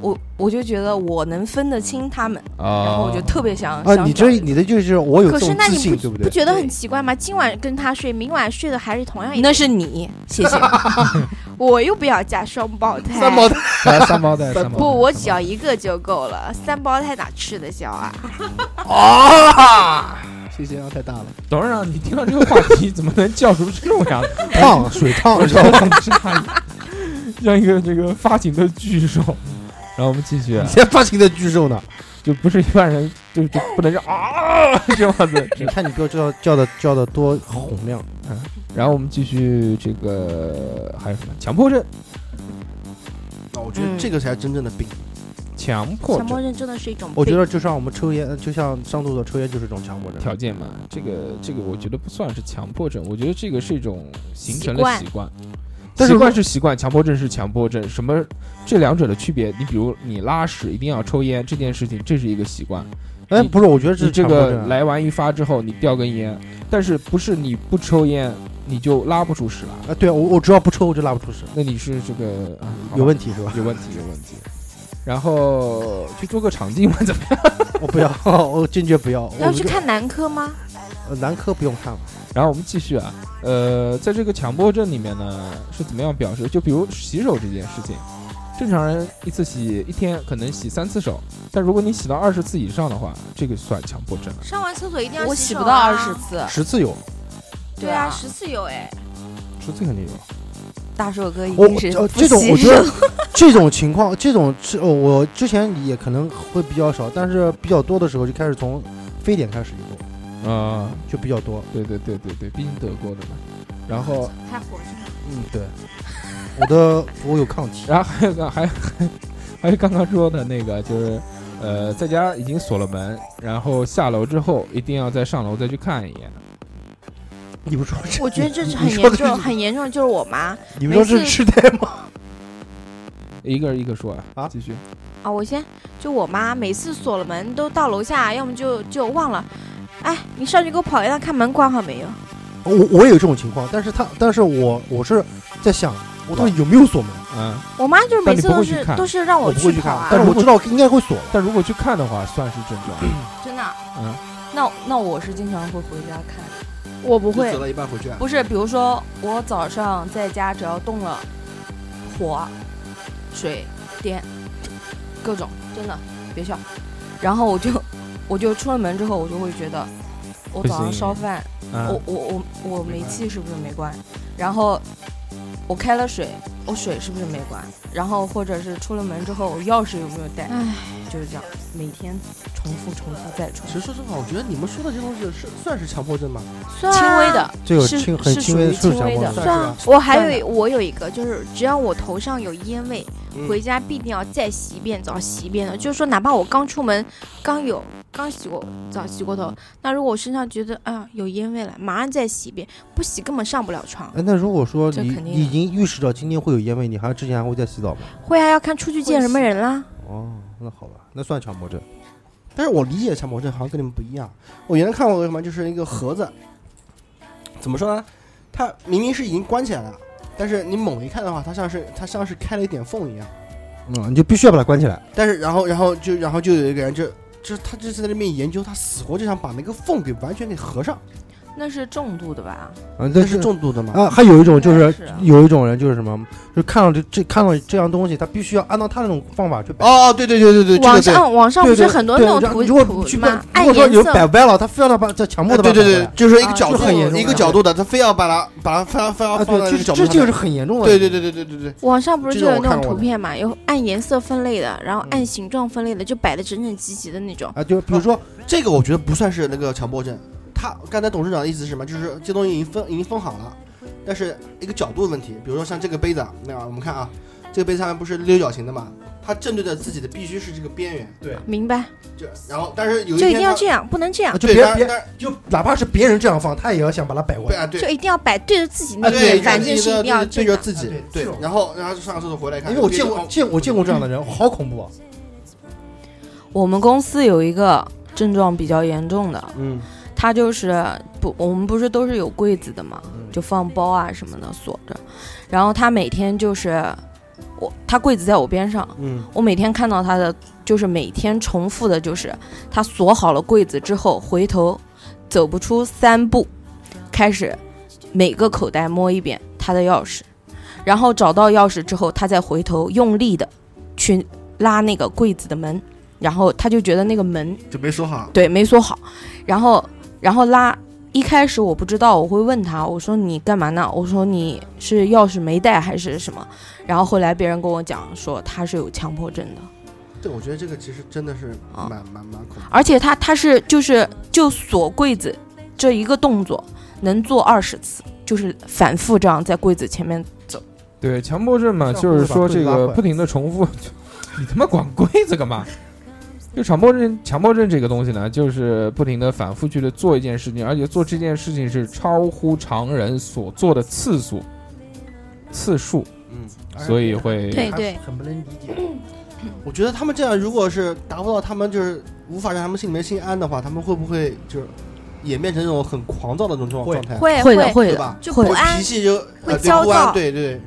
D: 我，我就觉得我能分得清他们，
B: 啊，
D: 然后我就特别想
C: 哦啊，
D: 想
C: 你
D: 找
C: 这你的就是我有
E: 可
C: 这
E: 是
C: 种
E: 那
C: 自
E: 你
C: 信，
E: 不
C: 对不
E: 不
C: 对？嗯
E: 觉得很奇怪吗？今晚跟他睡，明晚睡的还是同样一个，
D: 那是你，谢 谢。
E: 我又不要嫁双胞胎，
C: 三胞胎，
B: 啊三胞胎，三胞胎
E: 不，我只要一个就够了，三胞胎哪吃得消啊？
F: 信息量太大了。
B: 董事长，啊你听到这个话题，怎么能叫出这种样子？
C: 烫水烫
B: 我
C: 是
B: 说
C: 吧？
B: 很是他像一个这个发情的巨兽。然后我们继续啊
C: 你，现在发情的巨兽呢？
B: 就不是一般人，就就不能是啊这样子。
C: 你看你不要叫叫的叫的多洪亮，
B: 然后我们继续这个还有什么强迫症？
F: 那我觉得
D: 嗯
F: 这个才是真正的病。
B: 强迫
E: 强迫
B: 症
E: 症真的是一种
C: 我觉
E: 病，
C: 得就像我们抽烟，就像上厕所抽烟就是一种强迫症。
B: 条件嘛，这个这个我觉得不算是强迫症，我觉得这个是一种形成
E: 习
B: 的
E: 惯
B: 习惯。
C: 但是
B: 习惯是习惯，强迫症是强迫症，什么这两者的区别？你比如你拉屎一定要抽烟这件事情，这是一个习惯。
C: 哎，
B: 你
C: 不是，我觉得这
B: 你
C: 是
B: 这
C: 强迫症
B: 个
C: 啊。
B: 来完一发之后，你掉根烟，但是不是你不抽烟你就拉不出屎来？
C: 啊，对啊我我只要不抽我就拉不出屎，
B: 那你是这个、啊、好吧
C: 有问题是吧？
B: 有问题有问题。然后去做个肠镜嘛，怎么样？
C: 我不要， 我坚决不要。我
E: 要去看男科吗？
C: 呃男科不用看了，
B: 然后我们继续啊，呃，在这个强迫症里面呢，是怎么样表示？就比如洗手这件事情，正常人一次洗一天可能洗三次手，但如果你洗到二十次以上的话，这个算强迫症了。
E: 上完厕所一定要
D: 我
E: 洗
D: 洗
E: 手
D: 不到
E: 啊
D: 二十。次，
C: 十次有。
E: 对啊，十次有哎，
B: 说这肯定有，
D: 大硕哥一
C: 我
D: 定是
C: 呃
D: 不
C: 这种
D: 洗
C: 我觉得这种情况，这种是、哦、我之前也可能会比较少，但是比较多的时候就开始从非典开始以后
B: 啊、
C: 就比较多。
B: 对对对对对，毕竟德国的嘛。然后
E: 还活着。
C: 嗯，对，我的我有抗体。
B: 然后还有个还还有刚刚说的那个就是，呃，在家已经锁了门，然后下楼之后一定要再上楼再去看一眼。
C: 你不说这，
E: 我觉得这是
C: 你
E: 很
C: 你说
E: 严
C: 的
E: 重，
C: 是
E: 很严重，就是我妈
C: 你不说这是
E: 每次
C: 痴呆吗？
B: 一个一个说啊，
C: 啊
B: 继续。
E: 啊，我先就我妈每次锁了门都到楼下，要么就就忘了。哎，你上去给我跑一趟，看门关好没有？
C: 我我也有这种情况，但是他但是我我是在想，我到底有没有锁门？
B: 嗯，
E: 我妈就是每
B: 但你
E: 次
B: 不
E: 都
B: 会去
E: 是
B: 看
E: 都是
D: 哦
E: 让
C: 我不
E: 去
C: 会去
E: 跑
C: 看，
E: 啊
C: 但，是我知道应该会锁了。
B: 但如果去看的话，算是症状。
D: 真的啊。
B: 嗯
D: 那那我是经常会回家看，
E: 我不
F: 就
E: 会
F: 走。到一半回去啊，
D: 不是，比如说我早上在家只要动了火、水电，各种真的别笑，然后我就 我就出了门之后，我就会觉得我
B: 不
D: 早上
B: 行
D: 烧饭我
B: 嗯，
D: 我我我煤气是不是没关？然后我开了水，我水是不是没关？然后或者是出了门之后，我钥匙有没有带？
E: 唉，
D: 就是这样，每天重复、重复再重
F: 其
D: 复
F: 实，说实话，我觉得你们说的这东西是算是强迫症吗？
E: 算
D: 轻微
E: 啊
D: 的，
C: 这个
D: 是
C: 轻很
D: 是
C: 轻
D: 属
C: 微
D: 于
C: 的是
D: 轻
C: 强
D: 微
C: 迫
D: 的
C: 症，
F: 算
E: 算
F: 是
E: 啊
F: 啊，
E: 我还
D: 算
E: 有我有一个，就是只要我头上有烟味，回家必定要再洗一遍澡，洗一遍的。就是说，哪怕我刚出门，刚有刚洗过澡、洗过头，那如果我身上觉得啊有烟味了，马上再洗一遍，不洗根本上不了床。
C: 哎，那如果说
D: 这
C: 你
D: 肯定
C: 你已
D: 的
C: 经预示到今天会有烟味，你还之前还会再洗澡吗？
E: 会啊，要看出去见什么人啦。
C: 哦，那好吧，那算强迫症。
F: 但是我理解强迫症好像跟你们不一样。我原来看过一个什么，就是一个盒子，怎么说呢？它明明是已经关起来了，但是你猛一看的话，它像是它像是开了一点缝一样。
C: 嗯，你就必须要把它关起来。
F: 但是然后然后就然后就有一个人就就他就是在那边研究，他死活就想把那个缝给完全给合上。
G: 那是重度的吧？
C: 嗯，
F: 那
C: 但
F: 是重度的嘛？
C: 啊，还有一种就是
G: 是啊
C: 有一种人就是什么，就看到这这看到这样东西，他必须要按照他那种方法去摆。
F: 哦哦，对对对对对，这
E: 网
F: 个对。
E: 上网上
C: 对
E: 不
C: 对
E: 是很多
C: 对
E: 那种
C: 然后
E: 图
C: 如果
E: 图
C: 去摆
E: 嘛，按
C: 如果说
E: 颜
C: 有
E: 色
C: 摆歪了，他非要他把这强迫
F: 啊
C: 的
F: 对对对，就是一个
G: 啊
F: 角
G: 这
F: 度
G: 很严，重
F: 一个
G: 的
F: 角度的，他非要把它把它非要非要
C: 啊
F: 放到那
C: 对，
F: 个
C: 这
F: 角度
C: 这就
F: 上
C: 是
F: 面。
C: 很严重的。
F: 对对对对对对对，
E: 网上不是
C: 这
E: 就
C: 个
E: 有
C: 我
E: 那
C: 看
E: 种
C: 过
E: 图
C: 的
E: 片嘛，有按颜色分类的，然后按形状分类的，就摆的整整齐齐的那种。
C: 啊，就比如说
F: 这个我觉得不算是那个强迫症。他刚才董事长的意思是什么？就是这东西已经分已经分好了，但是一个角度问题。比如说像这个杯子，啊，那样我们看啊，这个杯子上面不是六角形的嘛？它正对着自己的必须是这个边缘，
E: 明白？
F: 就然后但是有一
E: 就一
F: 天
E: 定要
F: 它
E: 这样，不能这样
C: 啊，就
F: 对
C: 别
F: 但
C: 别
F: 但
C: 就哪怕是别人这样放，他也要想把它摆过
F: 对
C: 来。
F: 啊对
E: 就一定要摆对着自己那
F: 啊对，
E: 边，反正是一定要
F: 对
E: 正
F: 着
E: 的。
F: 自己
C: 啊对
F: 对
C: 是哦，
F: 然后然后上个厕所回来看，
C: 因为我
F: 别
C: 见
F: 人
C: 过
F: 哦
C: 见我见过这样的人，好恐怖啊！
G: 我们公司有一个症状比较严重的，
C: 嗯，
G: 他就是不，我们不是都是有柜子的嘛，
C: 嗯
G: 就放包啊什么的锁着。然后他每天就是我，他柜子在我边上，
C: 嗯，
G: 我每天看到他的就是每天重复的就是他锁好了柜子之后，回头走不出三步，开始每个口袋摸一遍他的钥匙，然后找到钥匙之后，他再回头用力的去拉那个柜子的门，然后他就觉得那个门
F: 就没锁好，
G: 对，没锁好，然后然后拉。一开始我不知道，我会问他，我说你干嘛呢？我说你是钥匙没带还是什么？然后后来别人跟我讲说他是有强迫症的，
F: 对，我觉得这个其实真的是
G: 啊
F: 蛮蛮蛮恐怖的。
G: 而且他他是就是就锁柜子这一个动作能做二十次，就是反复这样在柜子前面走。
B: 对，强迫症嘛，
C: 上
B: 就是说
C: 柜
B: 这
C: 子把柜子拉
B: 个
C: 坏
B: 不停的重复，就你他妈管柜子干嘛？就强迫症，强迫症这个东西呢，就是不停的反复去的做一件事情，而且做这件事情是超乎常人所做的次数，次数，
F: 嗯，
B: 所以会
E: 对对
C: 哎很不能理解。
F: 我觉得他们这样，如果是达不到他们就是无法让他们心里面心安的话，他们会不会就是演变成那种很狂躁的那种
C: 会
F: 状态？
E: 会
G: 会的哎会
F: 对
G: 的，
F: 吧？
E: 就
G: 会
E: 不安
F: 脾气就
E: 会
F: 呃对
E: 焦
F: 不安
E: 躁
F: 对对对，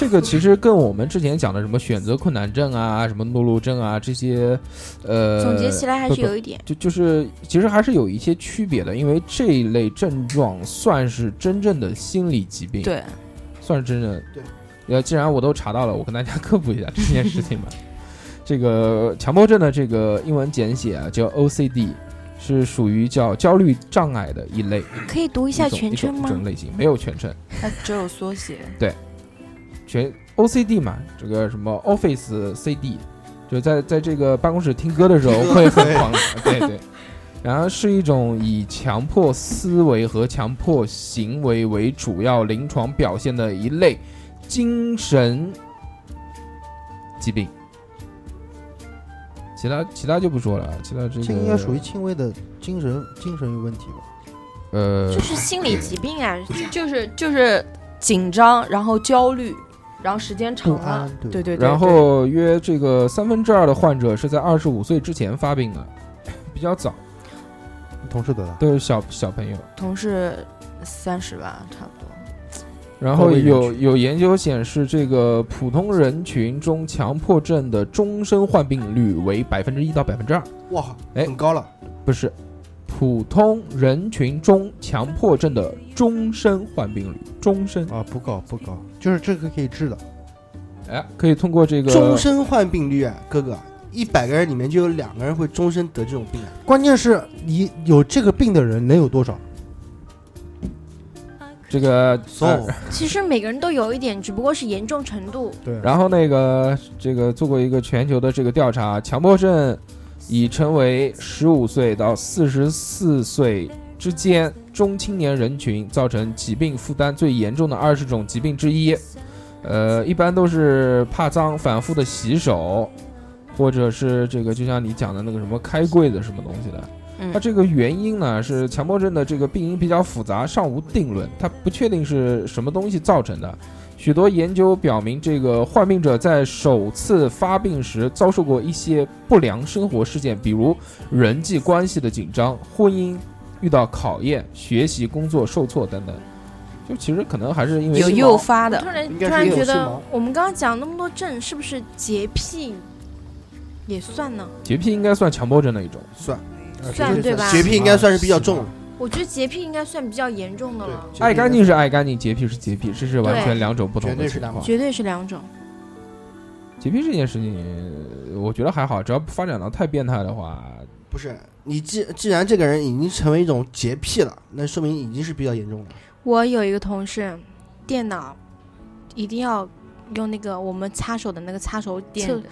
B: 这个其实跟我们之前讲的什么选择困难症啊、什么懦弱症啊这些，呃，
E: 总结起来还
B: 不
E: 是
B: 不
E: 有一点，
B: 就就是其实还是有一些区别的，因为这一类症状算是真正的心理疾病，，
G: 对，
B: 算是真正的
F: 对。
B: 呃，既然我都查到了，我跟大家 科普一下这件事情吧。这个强迫症的这个英文简写啊，叫 OCD，是属于叫焦虑障碍的一类，
E: 可以读一
B: 一
E: 下
B: 种
E: 全
B: 一
E: 称
B: 种一
E: 吗？
B: 种类型，没有全称。
G: 他只有缩写。
B: 全 OCD 嘛，这个什么 Office CD，就在在这个办公室听歌的时候
F: 听歌
B: 会很狂，对对。然后是一种以强迫思维和强迫行为为主要临床表现的一类精神疾病，其他其他就不说了，其他这个
C: 这应该属于轻微的精神精神有问题吧？
B: 呃
E: 就是心理疾病啊，
B: 嗯
G: 就是就是紧张，然后焦虑，然后时间长
C: 不
G: 了
C: 安，对
G: 对对对，
B: 然后约这个三分之二的患者是在二十五岁之前发病的， 比较早，
C: 同事得的，
B: 都是小小朋友。
G: 同事三十吧，差不多。
B: 然后
C: 高危人
B: 有有研究显示，这个普通人群中强迫症的终身患病率为百分之一到百分之二，
F: 哇，
B: 哎
F: 很高了。
B: 不是，普通人群中强迫症的终身患病率，终身，
F: 哦
C: 啊，不高不高，就是这个可以治的。
B: 哎，可以通过这个
F: 终身患病率啊，哥哥，一百个人里面就有两个人会终身得这种病啊。
C: 关键是你有这个病的人能有多少？
B: 这个，
F: 哦，
E: 其实每个人都有一点，只不过是严重程度。
C: 对然后
B: 然后那个这个做过一个全球的这个调查，强迫症已成为十五岁到四十四岁之间中青年人群造成疾病负担最严重的二十种疾病之一。呃，一般都是怕脏，反复的洗手，或者是这个就像你讲的那个什么开柜子什么东西的。
G: 嗯
B: 它这个原因呢是强迫症的这个病因比较复杂，尚无定论，它不确定是什么东西造成的。许多研究表明，这个患病者在首次发病时遭受过一些不良生活事件，比如人际关系的紧张、婚姻遇到考验、学习、工作受挫等等。就其实可能还是因为
G: 有
B: 是
G: 诱发
E: 我
G: 的
E: 突，然
F: 应
E: 突
F: 该是
E: 然
F: 有
E: 觉
F: 心
E: 得
F: 毛，
E: 我们刚刚讲那么多症，是不是洁癖也算呢？
B: 洁癖应该算强迫症的一种。
F: 算呃
E: 算对吧
F: 洁癖应该算是比较重，
E: 我觉得洁癖应该算比较严重的了，
B: 爱干净是爱干净，洁癖是洁癖，这是完
E: 对
B: 全两种不同
F: 绝
B: 的
F: 对是
B: 情
F: 两
B: 况。
E: 绝对是两种。
B: 洁癖这件事情，呃我觉得还好，只要不发展到太变态的话，
F: 不是你既既然这个人已经成为一种洁癖了，那说明已经是比较严重的。
E: 我有一个同事，电脑一定要用那个我们擦手的那个擦手垫
G: 就，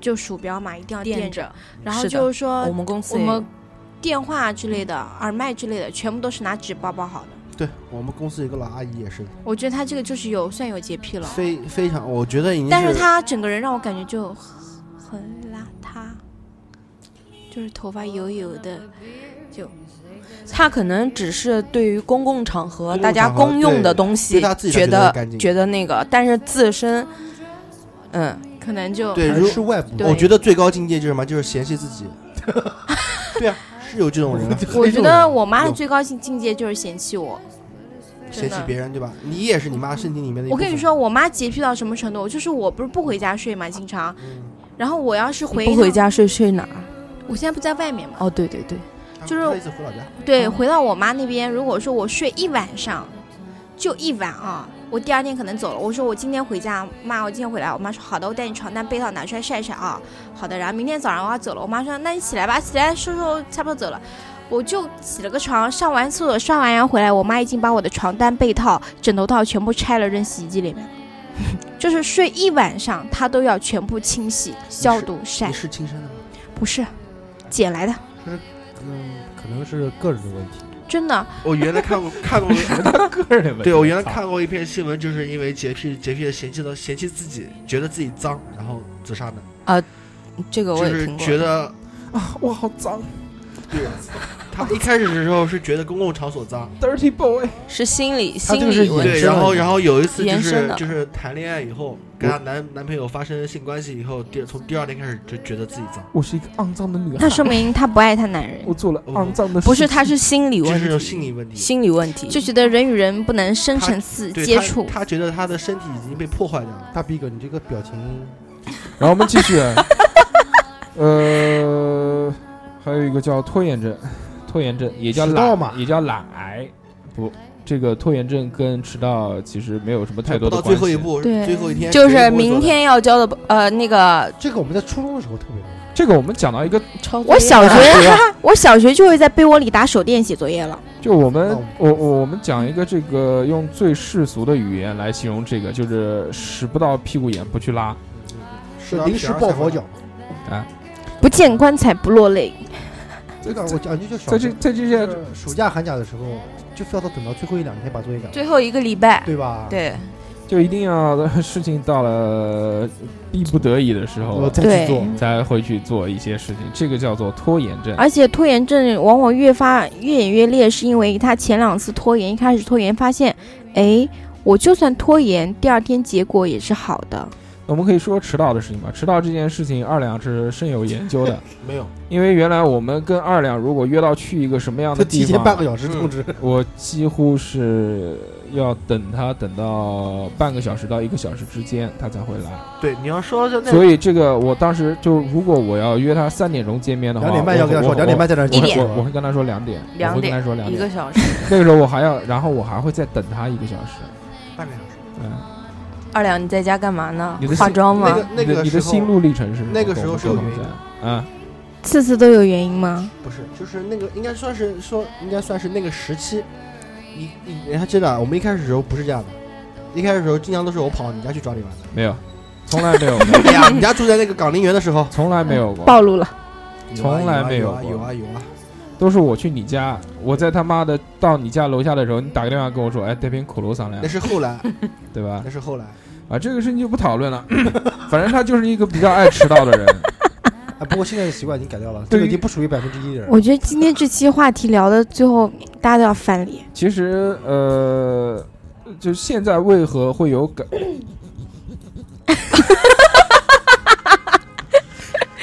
E: 就鼠标嘛，一定要垫
G: 垫
E: 着。
G: 着，
E: 然后
G: 是的
E: 就是说
G: 呃我们公司
E: 我
G: 也
E: 们电话之类的、耳麦之类的，全部都是拿纸包包好的。
F: 对我们公司有个老阿姨也是的，
E: 我觉得他这个就是有算有洁癖了，
F: 非非常，我觉得已经
E: 但是他整个人让我感觉就很邋遢，就是头发油油的，
G: 他可能只是对于公共场合
F: 公共
G: 大家
F: 场合
G: 公用的
F: 对
G: 东西
F: 对他自己才
G: 觉
F: 觉得
G: 得
F: 干净
G: 觉得那个，但是自身，嗯，
E: 可能就
F: 对，
C: 还
F: 如
C: 是外部
G: 对
F: 我觉得最高境界就是什么，就是嫌弃自 己。对啊，是有这种 人啊，
E: 我觉得我妈的
F: 有
E: 最高境境界就是嫌弃我。
F: 嫌弃别人对吧？你也是你妈身体里面的。
E: 我跟你说，，我妈洁癖到什么程度？就是我不是不回家睡嘛，经常。然后我要是回
G: 不回，家睡睡哪儿？啊
E: 我现在不在外面嘛。
G: 哦，对对对，
E: 就是
F: 她一次回老家，
E: 对，回到我妈那边，如果说我睡一晚上，就一晚啊，我第二天可能走了。我说我今天回家，妈，我今天回来。我妈说好的，我带你床单被套拿出来晒晒啊。好的，然后明天早上我要走了。我妈说那你起来吧，起来收收，差不多走了。我就起了个床，上完厕所刷完牙回来，我妈已经把我的床单、被套、枕头套全部拆了扔洗衣机里面。 就是睡一晚上，她都要全部清洗、消毒、晒
F: 你，是亲生的吗？
E: 不是捡来的，
C: 嗯，可能是个人的问题。
E: 真的。
F: 我原来 看过看过
B: 个人 的问题。
F: 对我原来
B: 操，
F: 看过一篇新闻，就是因为洁癖，洁癖的嫌弃到嫌弃自己，觉得自己脏，然后自杀的，
G: 这个
F: 就
G: 我也
F: 是
G: 听过。
F: 觉得
B: 我好脏
F: 对， 他一开始的时候是觉得公共场所脏，
B: ，dirty boy。
G: 是心理
C: 他
G: 心
C: 就是
G: 理
C: 衍
G: 问
F: 对，
G: 题，
C: 生
F: 然后
C: 了
F: 然后有一次就
G: 延伸
F: 是
G: 的
F: 就是谈恋爱以后，跟她男男朋友发生性关系以后，第从第二天开始就觉得自己脏，
B: 我是一个肮脏的女孩，
E: 那说明她不爱她男人。
B: 我做了肮脏的事。
G: 不是，他是心理
F: 就是
G: 问
F: 有
G: 题，
F: 心理问题。
G: 心理问题
E: 就觉得人与人不能深层次
F: 对
E: 接
F: 她
E: 触。
F: 她觉得她的身体已经被破坏掉了。
C: 大逼哥，你这个表情，
B: 然后我们继续，呃，还有一个叫拖延症，拖延症也叫
C: 迟到
B: 懒
C: 嘛
B: 也叫懒癌。不，这个拖延症跟迟到其实没有什么太多的
F: 到
B: 关系。
F: 最后一步，
G: 对
F: 最后一天
G: 就是明天要交的呃那个
C: 这个我们在初中的时候特别多。
B: 这个我们讲到一个，
G: 抄作业
E: 我小
G: 啊
E: 学， 我小学就会在被窝里打手电写作业了。
B: 就我们
C: 那
B: 我我我们讲一个这个用最世俗的语言来形容这个，就是屎不到屁股眼不去拉。
F: 是
C: 临时抱佛脚，，
E: 不见棺材不落泪，
C: 这个我讲就就小
B: 在这
C: 时
B: 在这
C: 候
B: 些
C: 就是暑假寒假的时候，就非要到等到最后一两天把作业赶完，
G: 最后一个礼拜，
C: 对吧？，
G: 对，
B: 就一定要事情到了逼不得已的时
C: 我
B: 候
C: 再
E: 对
C: 去做。
B: 才会去做一些事情，这个叫做拖延症。
C: 哎
E: 而且拖延症往往越发越演越烈，是因为他前两次拖延，一开始拖延发现，哎，我就算拖延，第二天结果也是好的。
B: 我们可以说迟到的事情吧。迟到这件事情，二两是深有研究 的，
F: 没有
B: 因为原来我们跟二两如果约到去一个什么样
C: 他
B: 的
C: 提
B: 地
C: 前
B: 方
C: 半个，小时通知，
B: 我几乎是要等他等到半个小时到一个小时之间，他才会来。
F: 对，你要说就那
B: 所以这个我当时就，如果我要约他三点钟见面的话，
C: 两点半要跟他
B: 我
C: 说，
B: 我
C: 两点半在那儿
B: 我
C: 接
B: 会
C: 着
B: 我我
C: 说
B: 会跟他说两点，我
G: 两
B: 会跟他
G: 点
B: 说两
G: 一个
B: 点。
G: 小时，
B: 那个时候我还要，然后我还会再等他一个小时。
F: 半个小时。
B: 嗯，
G: 二两你在家干嘛呢
B: 你的？心
G: 啊化妆
F: 那
G: 吗？
F: 个那
B: 你的
F: 个
B: 你的
F: 时候
B: 心路历程是什么
F: 那个时候是有
B: 跟我们
F: 原因的
B: 讲啊。
E: 次次都有原因吗？
F: 不是，就是那个应该算是说，应该算是那个时期。你你你还记得啊？我们一开始的时候不是这样的，一开始的时候经常都是我跑你家去抓你 玩的。
B: 没有，从来没有 过，
F: 哎呀，你家住在那个港林园的时候，
B: 从来没有过，
E: 暴露了，
F: 有啊
B: 从来没有
F: 有
B: 过
F: 啊有啊有啊有啊。
B: 都是我去你家，我在他妈的到你家楼下的时候，你打个电话跟我说，哎，带瓶可乐上来
F: 那，是后来，
B: 对吧
F: 那？是后 来。
B: 啊，这个事情就不讨论了， 反正他就是一个比较爱迟到的人。
C: 哎，不过现在的习惯已经改掉了，
B: 对
C: 这
B: 于
C: 个已经不属于百分之一的人。
E: 我觉得今天这期话题聊的最后大家都要翻脸。
B: 其实，呃，就现在为何会有感？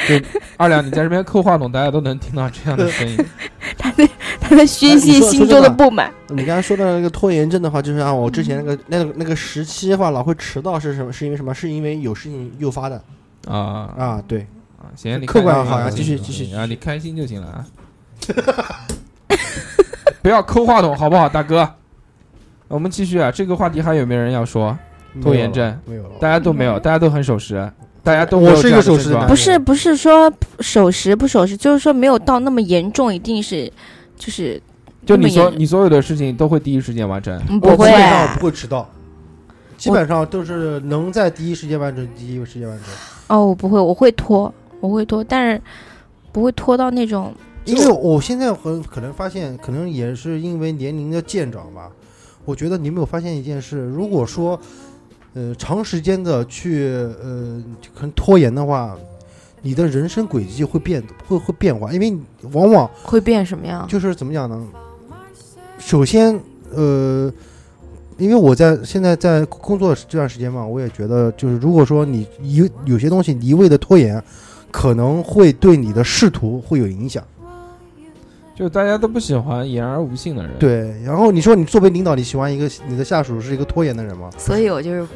B: 对，二两，你在这边扣话筒，大家都能听到这样的声音。
E: 他在宣泄心中的不满。
F: 你刚才说的那个拖延症的话，就是啊，我之前那个那个那个时期的话，老会迟到是什么？是因为什么？是因为有事情诱发的
B: 啊
F: 啊？对，
B: 啊，行，你啊
F: 客观
B: 开心
F: 好呀
B: 就
F: 继续
B: 行
F: 继续
B: 啊，你开心就行了啊。 不要抠话筒好不好，大哥？我们继续啊，这个话题还有没有人要说？拖延症
C: 没有了，
B: 大家都没有，大家都很守时，大家都啊
C: 我
B: 没有
C: 是
B: 这
C: 一
B: 样
C: 个
B: 的
C: 守时
B: 症状
C: 男
E: 不是不是说守时不守时，就是说没有到那么严重，一定是就是
B: 就你所
E: 不
B: 你所有的事情都会第一时间完成。
E: 嗯
C: 我
E: 不会
C: 基本上我不会迟到，基本上都是能在第一时间完成，第一时间完成。
E: 哦，我不会，我会拖，我会拖，但是不会拖到那种
C: 因为我现在很可能发现，可能也是因为年龄的渐长吧。我觉得你有没有发现一件事？如果说，呃，长时间的去呃，可能拖延的话，你的人生轨迹会变，会会变化。因为你往往
G: 会变什么样？
C: 就是怎么讲呢？首先，呃，因为我在现在在工作这段时间嘛，我也觉得，就是如果说你一有些东西一味的拖延，可能会对你的仕途会有影响。
B: 就大家都不喜欢言而无信的人。，
C: 对，然后你说你作为领导，你喜欢一个你的下属是一个拖延的人吗？
G: 所以我就是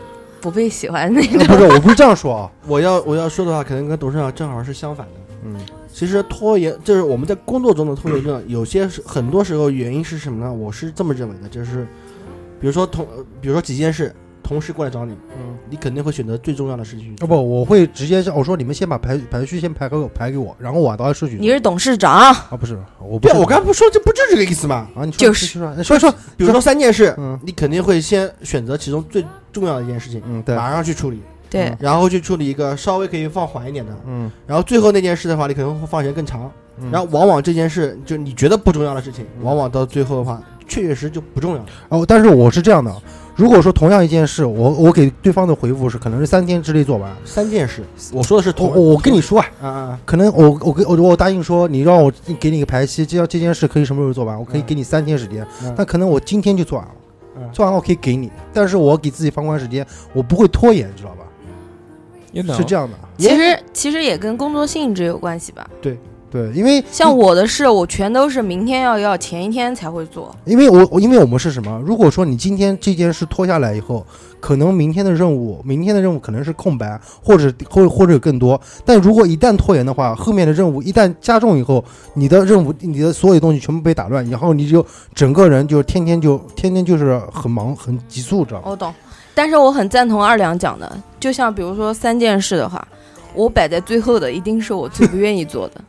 G: 不被喜欢那
C: 啊
G: 种。
C: 不是，我不是这样说啊。
F: 我要我要说的话，可能跟董事长正好是相反的。
C: 嗯，
F: 其实拖延就是我们在工作中的拖延 症，有些是很多时候原因是什么呢？我是这么认为的，就是比如说同，呃比如说几件事同时过来找你，
C: 嗯，
F: 你肯定会选择最重要的事情去
C: 要
F: 做。
C: 哦不我会直接我说你们先把排排序先排给我排给我，然后我按照顺序。
G: 你是董事长，
C: 啊？不是，我不
F: 对
C: 是
F: 啊，我刚才不说这不就是这个意思吗？
C: 啊，你说
G: 就是
C: 你说说说，
F: 比哎如说三件事，
C: 嗯
F: 你肯定会先选择其中最重要的一件事情，
C: 嗯对，
F: 马上去处理，
G: 对
C: 嗯，
F: 然后去处理一个稍微可以放缓一点的，
C: 嗯，
F: 然后最后那件事的话，你可能会放时间更长。
C: 嗯
F: 然后往往这件事就你觉得不重要的事情，
C: 嗯
F: 往往到最后的话，确确实实就不重要了。
C: 哦，但是我是这样的，如果说同样一件事，我我给对方的回复是可能是三天之内做完。
F: 三件事，我说的是
C: 我
F: 同，
C: 我跟你说啊，
F: 啊啊，
C: 可能我我给我我答应说，你让我给你个排期，这这件事可以什么时候做完？我可以
F: 嗯
C: 给你三天时间，
F: 嗯
C: 但可能我今天就做完了。
F: 嗯
C: 做完了我可以给你，但是我给自己放宽时间，我不会拖延，知道吧？
B: 也能
C: 是这样的，
G: 其实其实也跟工作性质有关系吧。
C: 对，因为
G: 像我的事，我全都是明天要要，前一天才会做。
C: 因为我我因为我们是什么？如果说你今天这件事拖下来以后，可能明天的任务，明天的任务可能是空白，或者或或者有更多。但如果一旦拖延的话，后面的任务一旦加重以后，你的任务，你的所有东西全部被打乱，然后你就整个人就天天就天天就是很忙很急促，知道
D: 哦
C: 吧？
G: 我懂，但是我很赞同二两讲的，就像比如说三件事的话，我摆在最后的一定是我最不愿意做 的。
C: 啊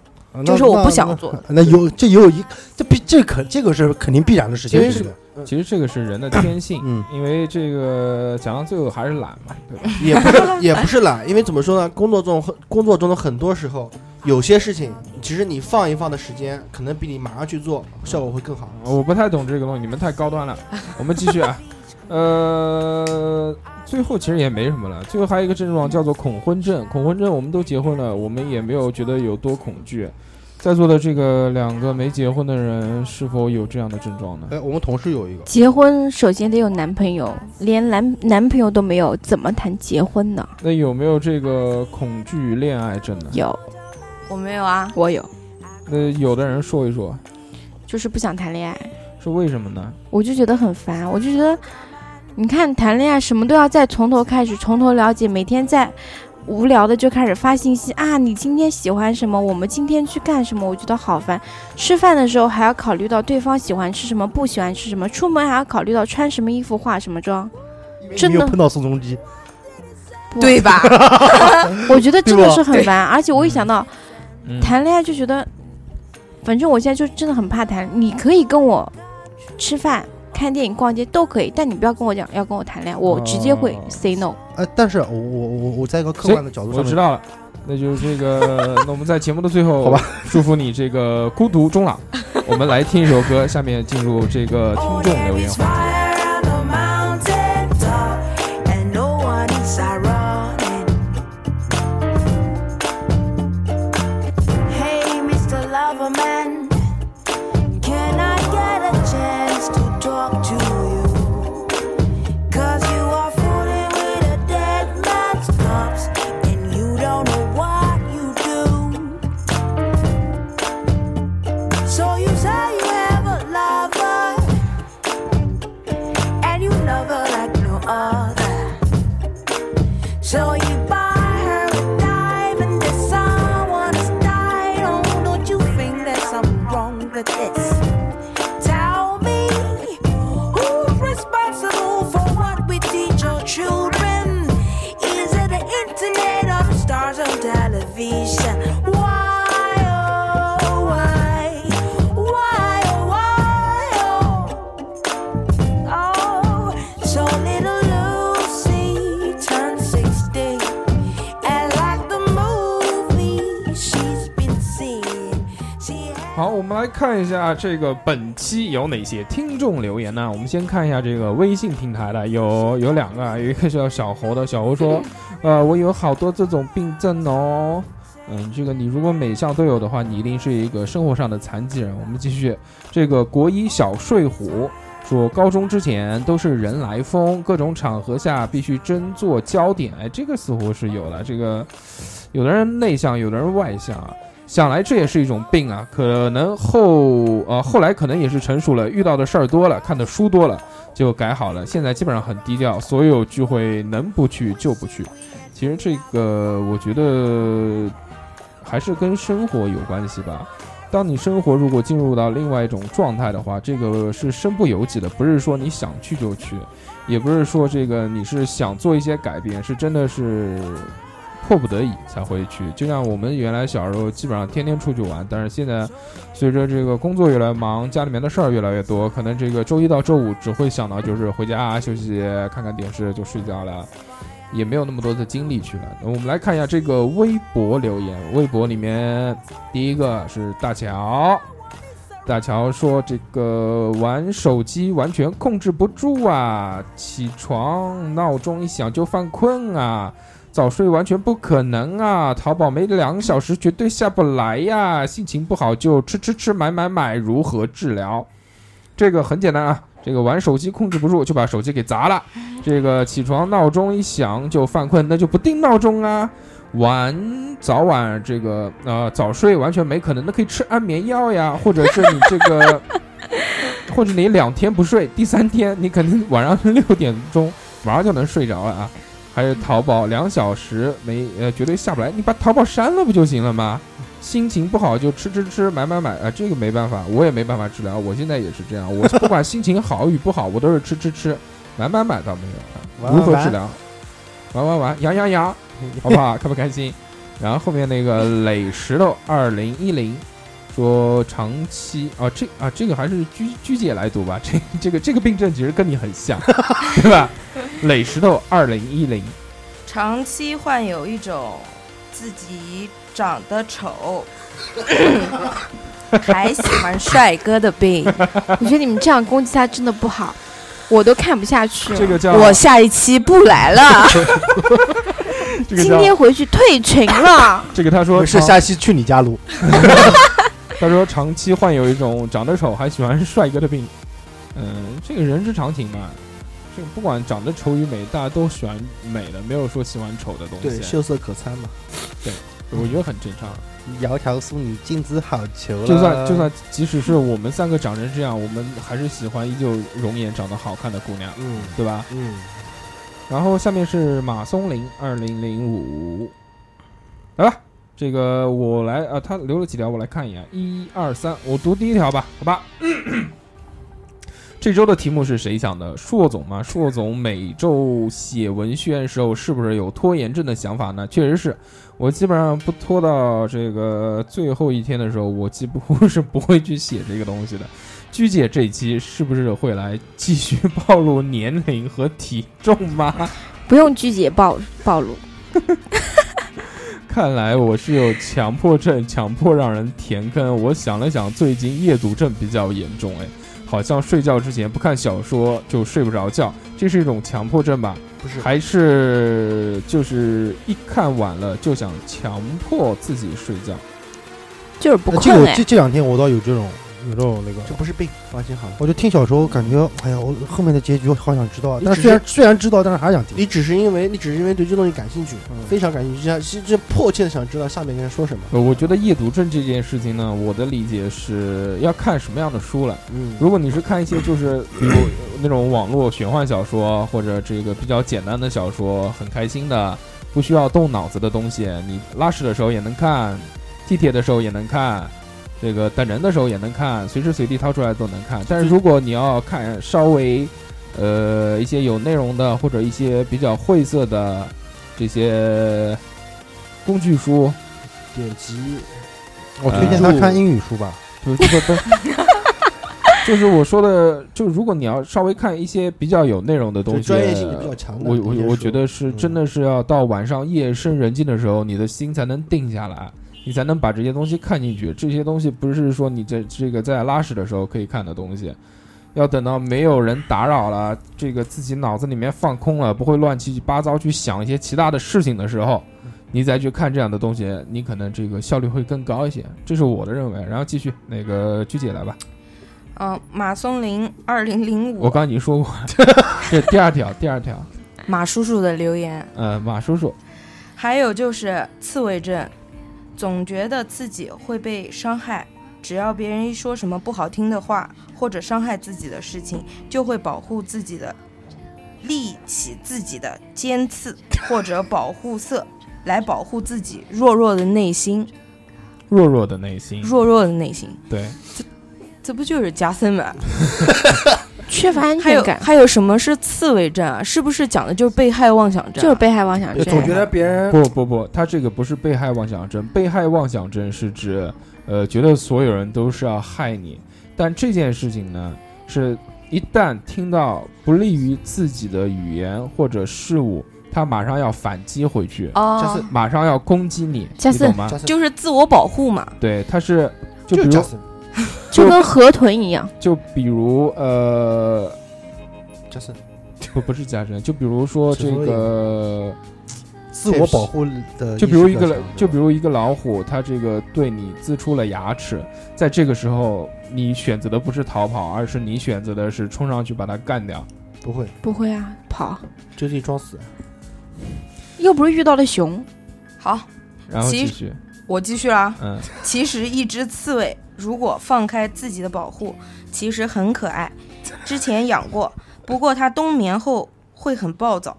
G: 就是
C: 那
G: 我不
C: 那
G: 想做的
C: 那有这也有一这必这可这个是肯定必然的事情，
F: 因为
C: 是
F: 是
C: 的。
B: 其实这个是人的天性，
C: 嗯
B: 因为这个讲到最后还是懒嘛，对吧？
F: 也不是也不是懒，因为怎么说呢？工作中工作中的很多时候，有些事情其实你放一放的时间，可能比你马上去做效果会更好。
B: 我不太懂这个东西，你们太高端了。我们继续啊，呃，最后其实也没什么了。最后还有一个症状叫做恐婚症，恐婚症我们都结婚了，我们也没有觉得有多恐惧。在座的这个两个没结婚的人，是否有这样的症状呢？
C: 哎，我们同事有一个，
E: 结婚，首先得有男朋友，连男男朋友都没有，怎么谈结婚呢？
B: 那有没有这个恐惧恋爱症呢？
E: 有，
G: 我没有啊，
E: 我有，
B: 那有的人说一说，
E: 就是不想谈恋爱，
B: 是为什么呢？
E: 我就觉得很烦，我就觉得，你看谈恋爱什么都要再从头开始，从头了解，每天在无聊的就开始发信息啊，你今天喜欢什么，我们今天去干什么，我觉得好烦。吃饭的时候还要考虑到对方喜欢吃什么，不喜欢吃什么，出门还要考虑到穿什么衣服、化什么妆，真
C: 没有
E: 的
C: 碰到宋仲基，
E: 不
G: 对吧？
E: 我觉得真的
C: 对吧
E: 是很烦，而且我一想到
B: 嗯，
E: 谈恋爱就觉得，反正我现在就真的很怕谈。你可以跟我吃饭、看电影、逛街都可以，但你不要跟我讲要跟我谈恋爱，我直接会
B: 哦
E: say no。
C: 哎，但是我我我我在一个客观的角度
B: 我
C: 上
B: 知
C: 面，
B: 道了，那就是这个。 那我们在节目的最后，
C: 好吧，
B: 祝福你这个孤独终老。我们来听一首歌，下面进入这个听众留言环节。
J: So you say you have a lover
A: oh,
B: 好，我们来看一下这个本期有哪些听众留言呢？我们先看一下这个微信平台的，有有两个，啊，有一个叫小猴的，小猴说，呃，我有好多这种病症哦。嗯，这个你如果每项都有的话，你一定是一个生活上的残疾人。我们继续，这个国一小睡虎说，高中之前都是人来疯，各种场合下必须争做焦点。哎，这个似乎是有了。这个有的人内向，有的人外向啊。想来这也是一种病啊，可能后呃后来可能也是成熟了，遇到的事儿多了，看的书多了，就改好了。现在基本上很低调，所有聚会能不去就不去。其实这个我觉得还是跟生活有关系吧。当你生活如果进入到另外一种状态的话，这个是身不由己的，不是说你想去就去，也不是说这个你是想做一些改变，是真的是迫不得已才会去。就像我们原来小时候，基本上天天出去玩，但是现在随着这个工作越来越忙，家里面的事儿越来越多，可能这个周一到周五只会想到就是回家啊休息、看看电视就睡觉了。也没有那么多的精力去了。我们来看一下这个微博留言，微博里面第一个是大乔，大乔说这个玩手机完全控制不住啊，起床闹钟一响就犯困啊。早睡完全不可能啊！淘宝没两个小时绝对下不来呀、心情不好就吃吃吃买买买，如何治疗？这个很简单啊，这个玩手机控制不住就把手机给砸了。这个起床闹钟一响就犯困，那就不定闹钟啊。晚早晚这个呃早睡完全没可能，那可以吃安眠药呀，或者是你这个， 或者你两天不睡，第三天你肯定晚上六点钟马上就能睡着了啊。还有淘宝两小时没呃绝对下不来，你把淘宝删了不就行了吗？心情不好就吃吃吃买买买啊、这个没办法，我也没办法治疗，我现在也是这样，我 不管心情好与不好，我都是吃吃吃买买买倒没有。
C: 玩
B: 如
C: 玩
B: 何
C: 玩
B: 治疗？玩玩玩，养养养，好不好？ 开不开心？然后后面那个磊石头二零一零说长期啊，这啊这个还是鞠鞠姐来读吧，这这个这个病症其实跟你很像， 对吧？磊石头二零一零，
D: 长期患有一种自己长得丑， 还喜欢帅哥的病。
E: 我觉得你们这样攻击他真的不好，我都看不下去了。
B: 这个叫
G: 我下一期不 来了，
B: 这个
E: 今
B: 叫
E: 天回去退群了，
B: 这个他说
C: 没事，
B: 长
C: 下期去你家录。
B: 他说长期患有一种长得丑还喜欢帅哥的病，嗯，这个人之常情嘛。这个不管长得丑与美，大家都喜欢美的，没有说喜欢丑的东西。
F: 对，秀色可餐嘛。
B: 我觉得很正常。
C: 窈窕淑女，君子好逑。
B: 就算就算，即使是我们三个长成这样，我们还是喜欢依旧容颜长得好看的姑娘，
F: 嗯
B: 对吧？
F: 嗯，
B: 然后下面是马松林二零零五，来吧，这个我来啊，他留了几条，我来看一眼，一二三，我读第一条吧，好吧。 这周的题目是谁想的？硕总吗？硕总每周写文宣时候是不是有拖延症的想法呢？确实是我基本上不拖到这个最后一天的时候，我几乎 是不会去写这个东西的。鞠姐这一期是不是会来继续暴露年龄和体重吗？
E: 不用鞠姐暴暴露。
B: 看来我是有强迫症， 强迫让人填坑。我想了想，最近夜读症比较严重，哎，好像睡觉之前不看小说就睡不着觉，这是一种强迫症吧？
F: 不是，
B: 还是就是一看晚了就想强迫自己睡觉？
G: 就是
B: 呃
G: 不
C: 呃这
G: 困
C: 个
G: 哎
C: 这。这两天我倒有这种有这种那个，
F: 这不是病，放心好了。
C: 我就听小说，感觉哎呀，我后面的结局好想知道啊，
F: 你
C: 但
F: 只
C: 是虽然虽然知道，但是还想听。
F: 你只是因为你只是因为对这东西感兴趣，
C: 嗯
F: 非常感兴趣，就像就迫切的想知道下面跟人说什么。
B: 呃，我觉得夜读症这件事情呢，我的理解是要看什么样的书了。
F: 嗯，
B: 如果你是看一些就是比如那种网络玄幻小说或者这个比较简单的小说，很开心的，不需要动脑子的东西，你拉屎的时候也能看，地铁的时候也能看，这个等人的时候也能看，随时随地掏出来都能看。但是如果你要看稍微呃一些有内容的或者一些比较晦涩的这些工具书，
F: 点击
C: 我推
B: 哎
C: 荐他看英语书吧，
B: 不不不，就是我说的，就如果你要稍微看一些比较有内容的东
F: 就
B: 西，
F: 专业性比较强的
B: 我
F: 这些书。
B: 我我觉得是
F: 嗯
B: 真的是要到晚上夜深人静的时候，你的心才能定下来。你才能把这些东西看进去。这些东西不是说你在这个在拉屎的时候可以看的东西，要等到没有人打扰了，这个自己脑子里面放空了，不会乱七八糟去想一些其他的事情的时候，你再去看这样的东西，你可能这个效率会更高一些。这是我的认为。然后继续那个鞠姐来吧，
E: 嗯，马松林二零零
B: 我
E: 五，
B: 刚刚已经说过了，这第二条，第二条，
K: 马叔叔的留言，
B: 呃，马叔叔，
E: 还有就是刺猬症，总觉得自己会被伤害，只要别人一说什么不好听的话或者伤害自己的事情，就会保护自己的，立起自己的 尖刺或者保护色来保护自己弱弱的内心，
B: 弱弱的内心，
E: 弱弱的内心，
B: 对，
E: 这不就是加森吗？
J: 缺乏安
E: 还
J: 全
E: 有
J: 感，
E: 还有什么是刺猬症啊？是不是讲的就是被害妄想症啊？
J: 就是被害妄想
C: 就总觉
J: 症。啊
C: 得别人
B: 不不不，他这个不是被害妄想症，被害妄想症是指，呃，觉得所有人都是要害你，但这件事情呢，是一旦听到不利于自己的语言或者事物，他马上要反击回去，
K: 哦，
B: 马上要攻击你，
J: 加
B: 你
J: 森
B: 懂吗？
C: Justin，
E: 就是自我保护嘛。
B: 对，他是就
C: 就
B: 比
C: 是
B: 如
C: Justin
J: 就跟河豚一样，
B: 就比如呃，
C: Justin
B: 不不是加深，就比如说这
C: 其中一
B: 个。
C: 自我保护的意
B: 就
C: 识比较强，
B: 比如一个，就比
C: 如
B: 如一个老虎，它这个对你呲出了牙齿，在这个时候，你选择的不是逃跑，而是你选择的是冲上去把它干掉。
C: 不会
J: 不会啊，跑
C: 就地装死，
J: 又不是遇到了熊，
E: 好，
B: 然后
E: 其
B: 继
E: 实
B: 续，
E: 我继续了啊。
B: 嗯，
E: 其实一只刺猬如果放开自己的保护，其实很可爱。之前养过，不过它冬眠后会很暴躁，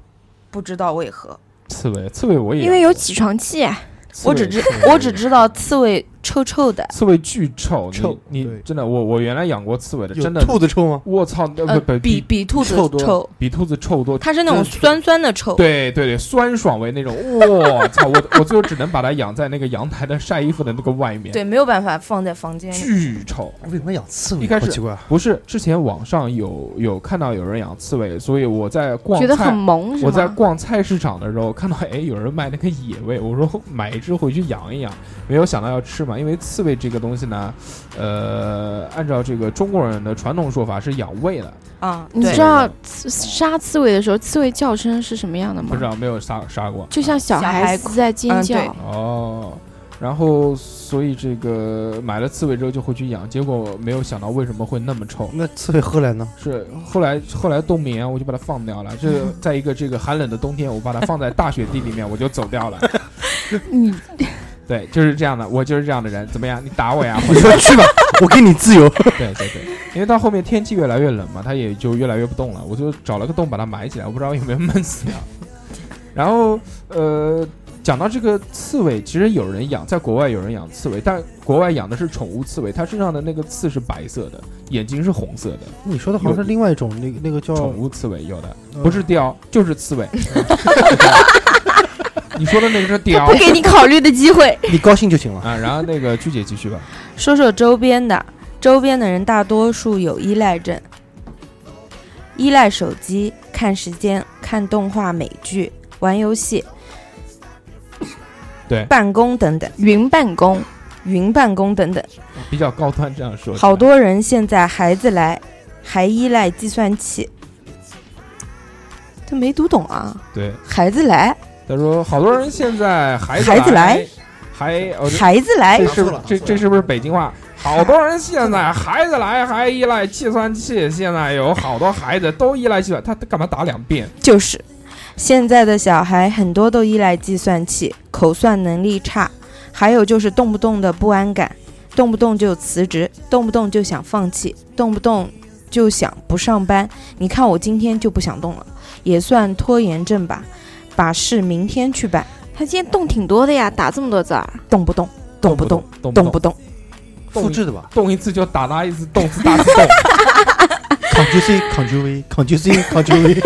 E: 不知道为何。
B: 刺猬，刺猬我也养过，
J: 因为有起床气啊。
B: 刺猬
K: 我只知
B: 刺猬
K: 我只知道刺猬臭臭的，
B: 刺猬巨臭，
C: 臭
B: 你你
C: 对
B: 真的，我我原来养过刺猬的，
C: 有
B: 真的，
C: 兔子臭吗？
B: 我操，那
K: 呃，
B: 不不
K: 比比兔子
L: 臭多
K: 臭，
B: 比兔子臭多。
E: 它是那种酸酸的臭，
B: 对对对，酸爽味那种，我操！我我最后只能把它养在那个阳台的晒衣服的那个外面，
E: 对，没有办法放在房间里。
B: 巨臭。
C: 为什么养刺猬？
B: 一开始
C: 好奇怪啊，
B: 不是，之前网上有有看到有人养刺猬，所以我在逛
J: 觉得很
B: 菜，
J: 萌是
B: 我在
J: 吗？
B: 逛菜市场的时候看到，哎，有人卖那个野味，我说买一只回去养一养，没有想到要吃嘛，因为刺猬这个东西呢，呃，按照这个中国人的传统说法是养胃的，
E: 啊、
J: 你
E: 对
J: 知，道刺杀刺猬的时候，刺猬叫声是什么样的
B: 不知
J: 吗？
B: 道没有杀杀过，
J: 就像小
E: 小
J: 孩
E: 孩
J: 子在尖
E: 嗯对
J: 叫。
B: 哦。然后，所以这个买了刺猬之后就回去养，结果没有想到为什么会那么臭，
C: 那刺猬后 来呢？
B: 是后来后来冬眠，我就把它放掉了。这个在一个这个寒冷的冬天，我把它放在大雪地里面，我就走掉了。
J: 你
B: 对，就是这样的，我就是这样的人。怎么样？你打我呀？
C: 你说去吧，我给你自由。
B: 对对对，因为到后面天气越来越冷嘛，它也就越来越不动了。我就找了个洞把它埋起来，我不知道有没有闷死掉。然后呃，讲到这个刺猬，其实有人养，在国外有人养刺猬，但国外养的是宠物刺猬，它身上的那个刺是白色的，眼睛是红色的。
C: 你说的好像是另外一种，那个那个叫
B: 宠物刺猬有的
C: 嗯
B: 不是雕就是刺猬。
E: 嗯
B: 你说的那个是雕
J: 不给你考虑的机会。
C: 你高兴 就行了。
B: 啊，然后那个鞠姐继续吧。
E: 说说周边的，周边的人大多数有依赖症，依赖手机、看时间、看动画、美剧、玩游戏、
B: 对
E: 办公等等，
J: 云办公，
E: 云办公等等。
B: 比较高端这样说，
E: 好多人现在孩子来还依赖计算器，
K: 他没读懂啊，
B: 对。
E: 孩子来，
B: 他说好多人现在孩子
E: 孩子来
B: 还哦这
E: 孩子来
B: 这，是
C: 打错了
B: 这
C: 打错了
B: 这是不是北京话？好多人现在孩子来还依赖计算器，现在有好多孩子都依赖计算，他他干嘛打两遍？
E: 就是现在的小孩很多都依赖计算器，口算能力差，还有就是动不动的不安感，动不动就辞职，动不动就想放弃，动不动就想不上班。你看我今天就不想动了，也算拖延症吧，把事明天去办，
J: 他今天动挺多的呀，打这么多字儿，
E: 动不动，动不动，，
B: 动
E: 动
B: 不
E: 不动，
B: 动
C: 复制的吧
B: 动一次就打他一次，动次打 次动。
C: ，Ctrl C，Ctrl V，Ctrl C，Ctrl V。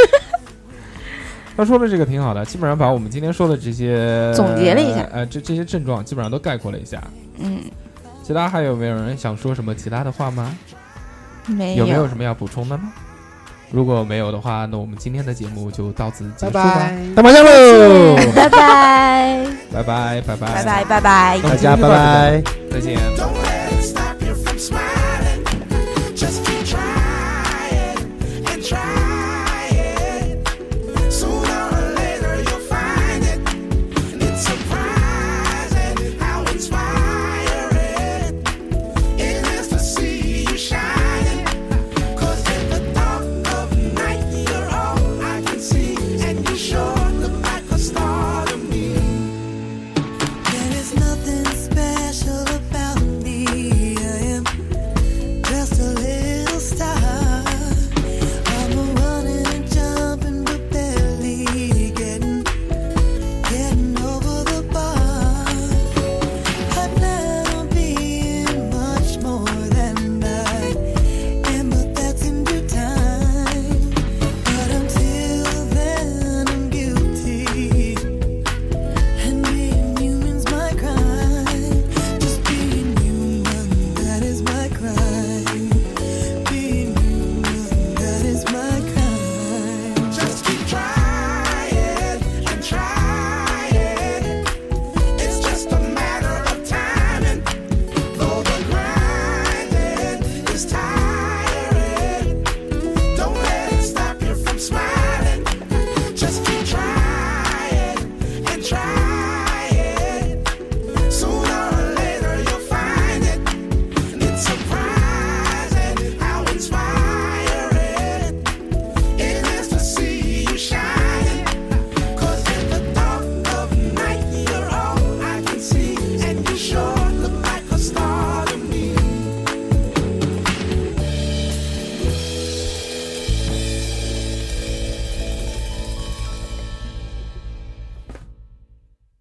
B: 他说的这个挺好的，基本上把我们今天说的这些
J: 总结了一下
B: 呃，这这些症状基本上都概括了一下。
J: 嗯，
B: 其他还有没有人想说什么其他的话吗？
J: 没
B: 有没有什么要补充的吗？如果没有的话，那我们今天的节目就到此
M: 拜
B: 结束吧，
M: 拜。
C: 打麻将喽，
E: 拜拜，
B: 拜拜，拜拜，
E: 拜，拜，拜拜。
C: 大家拜拜。
B: 再见。
H: Don't let it stop you from smiling. Just keep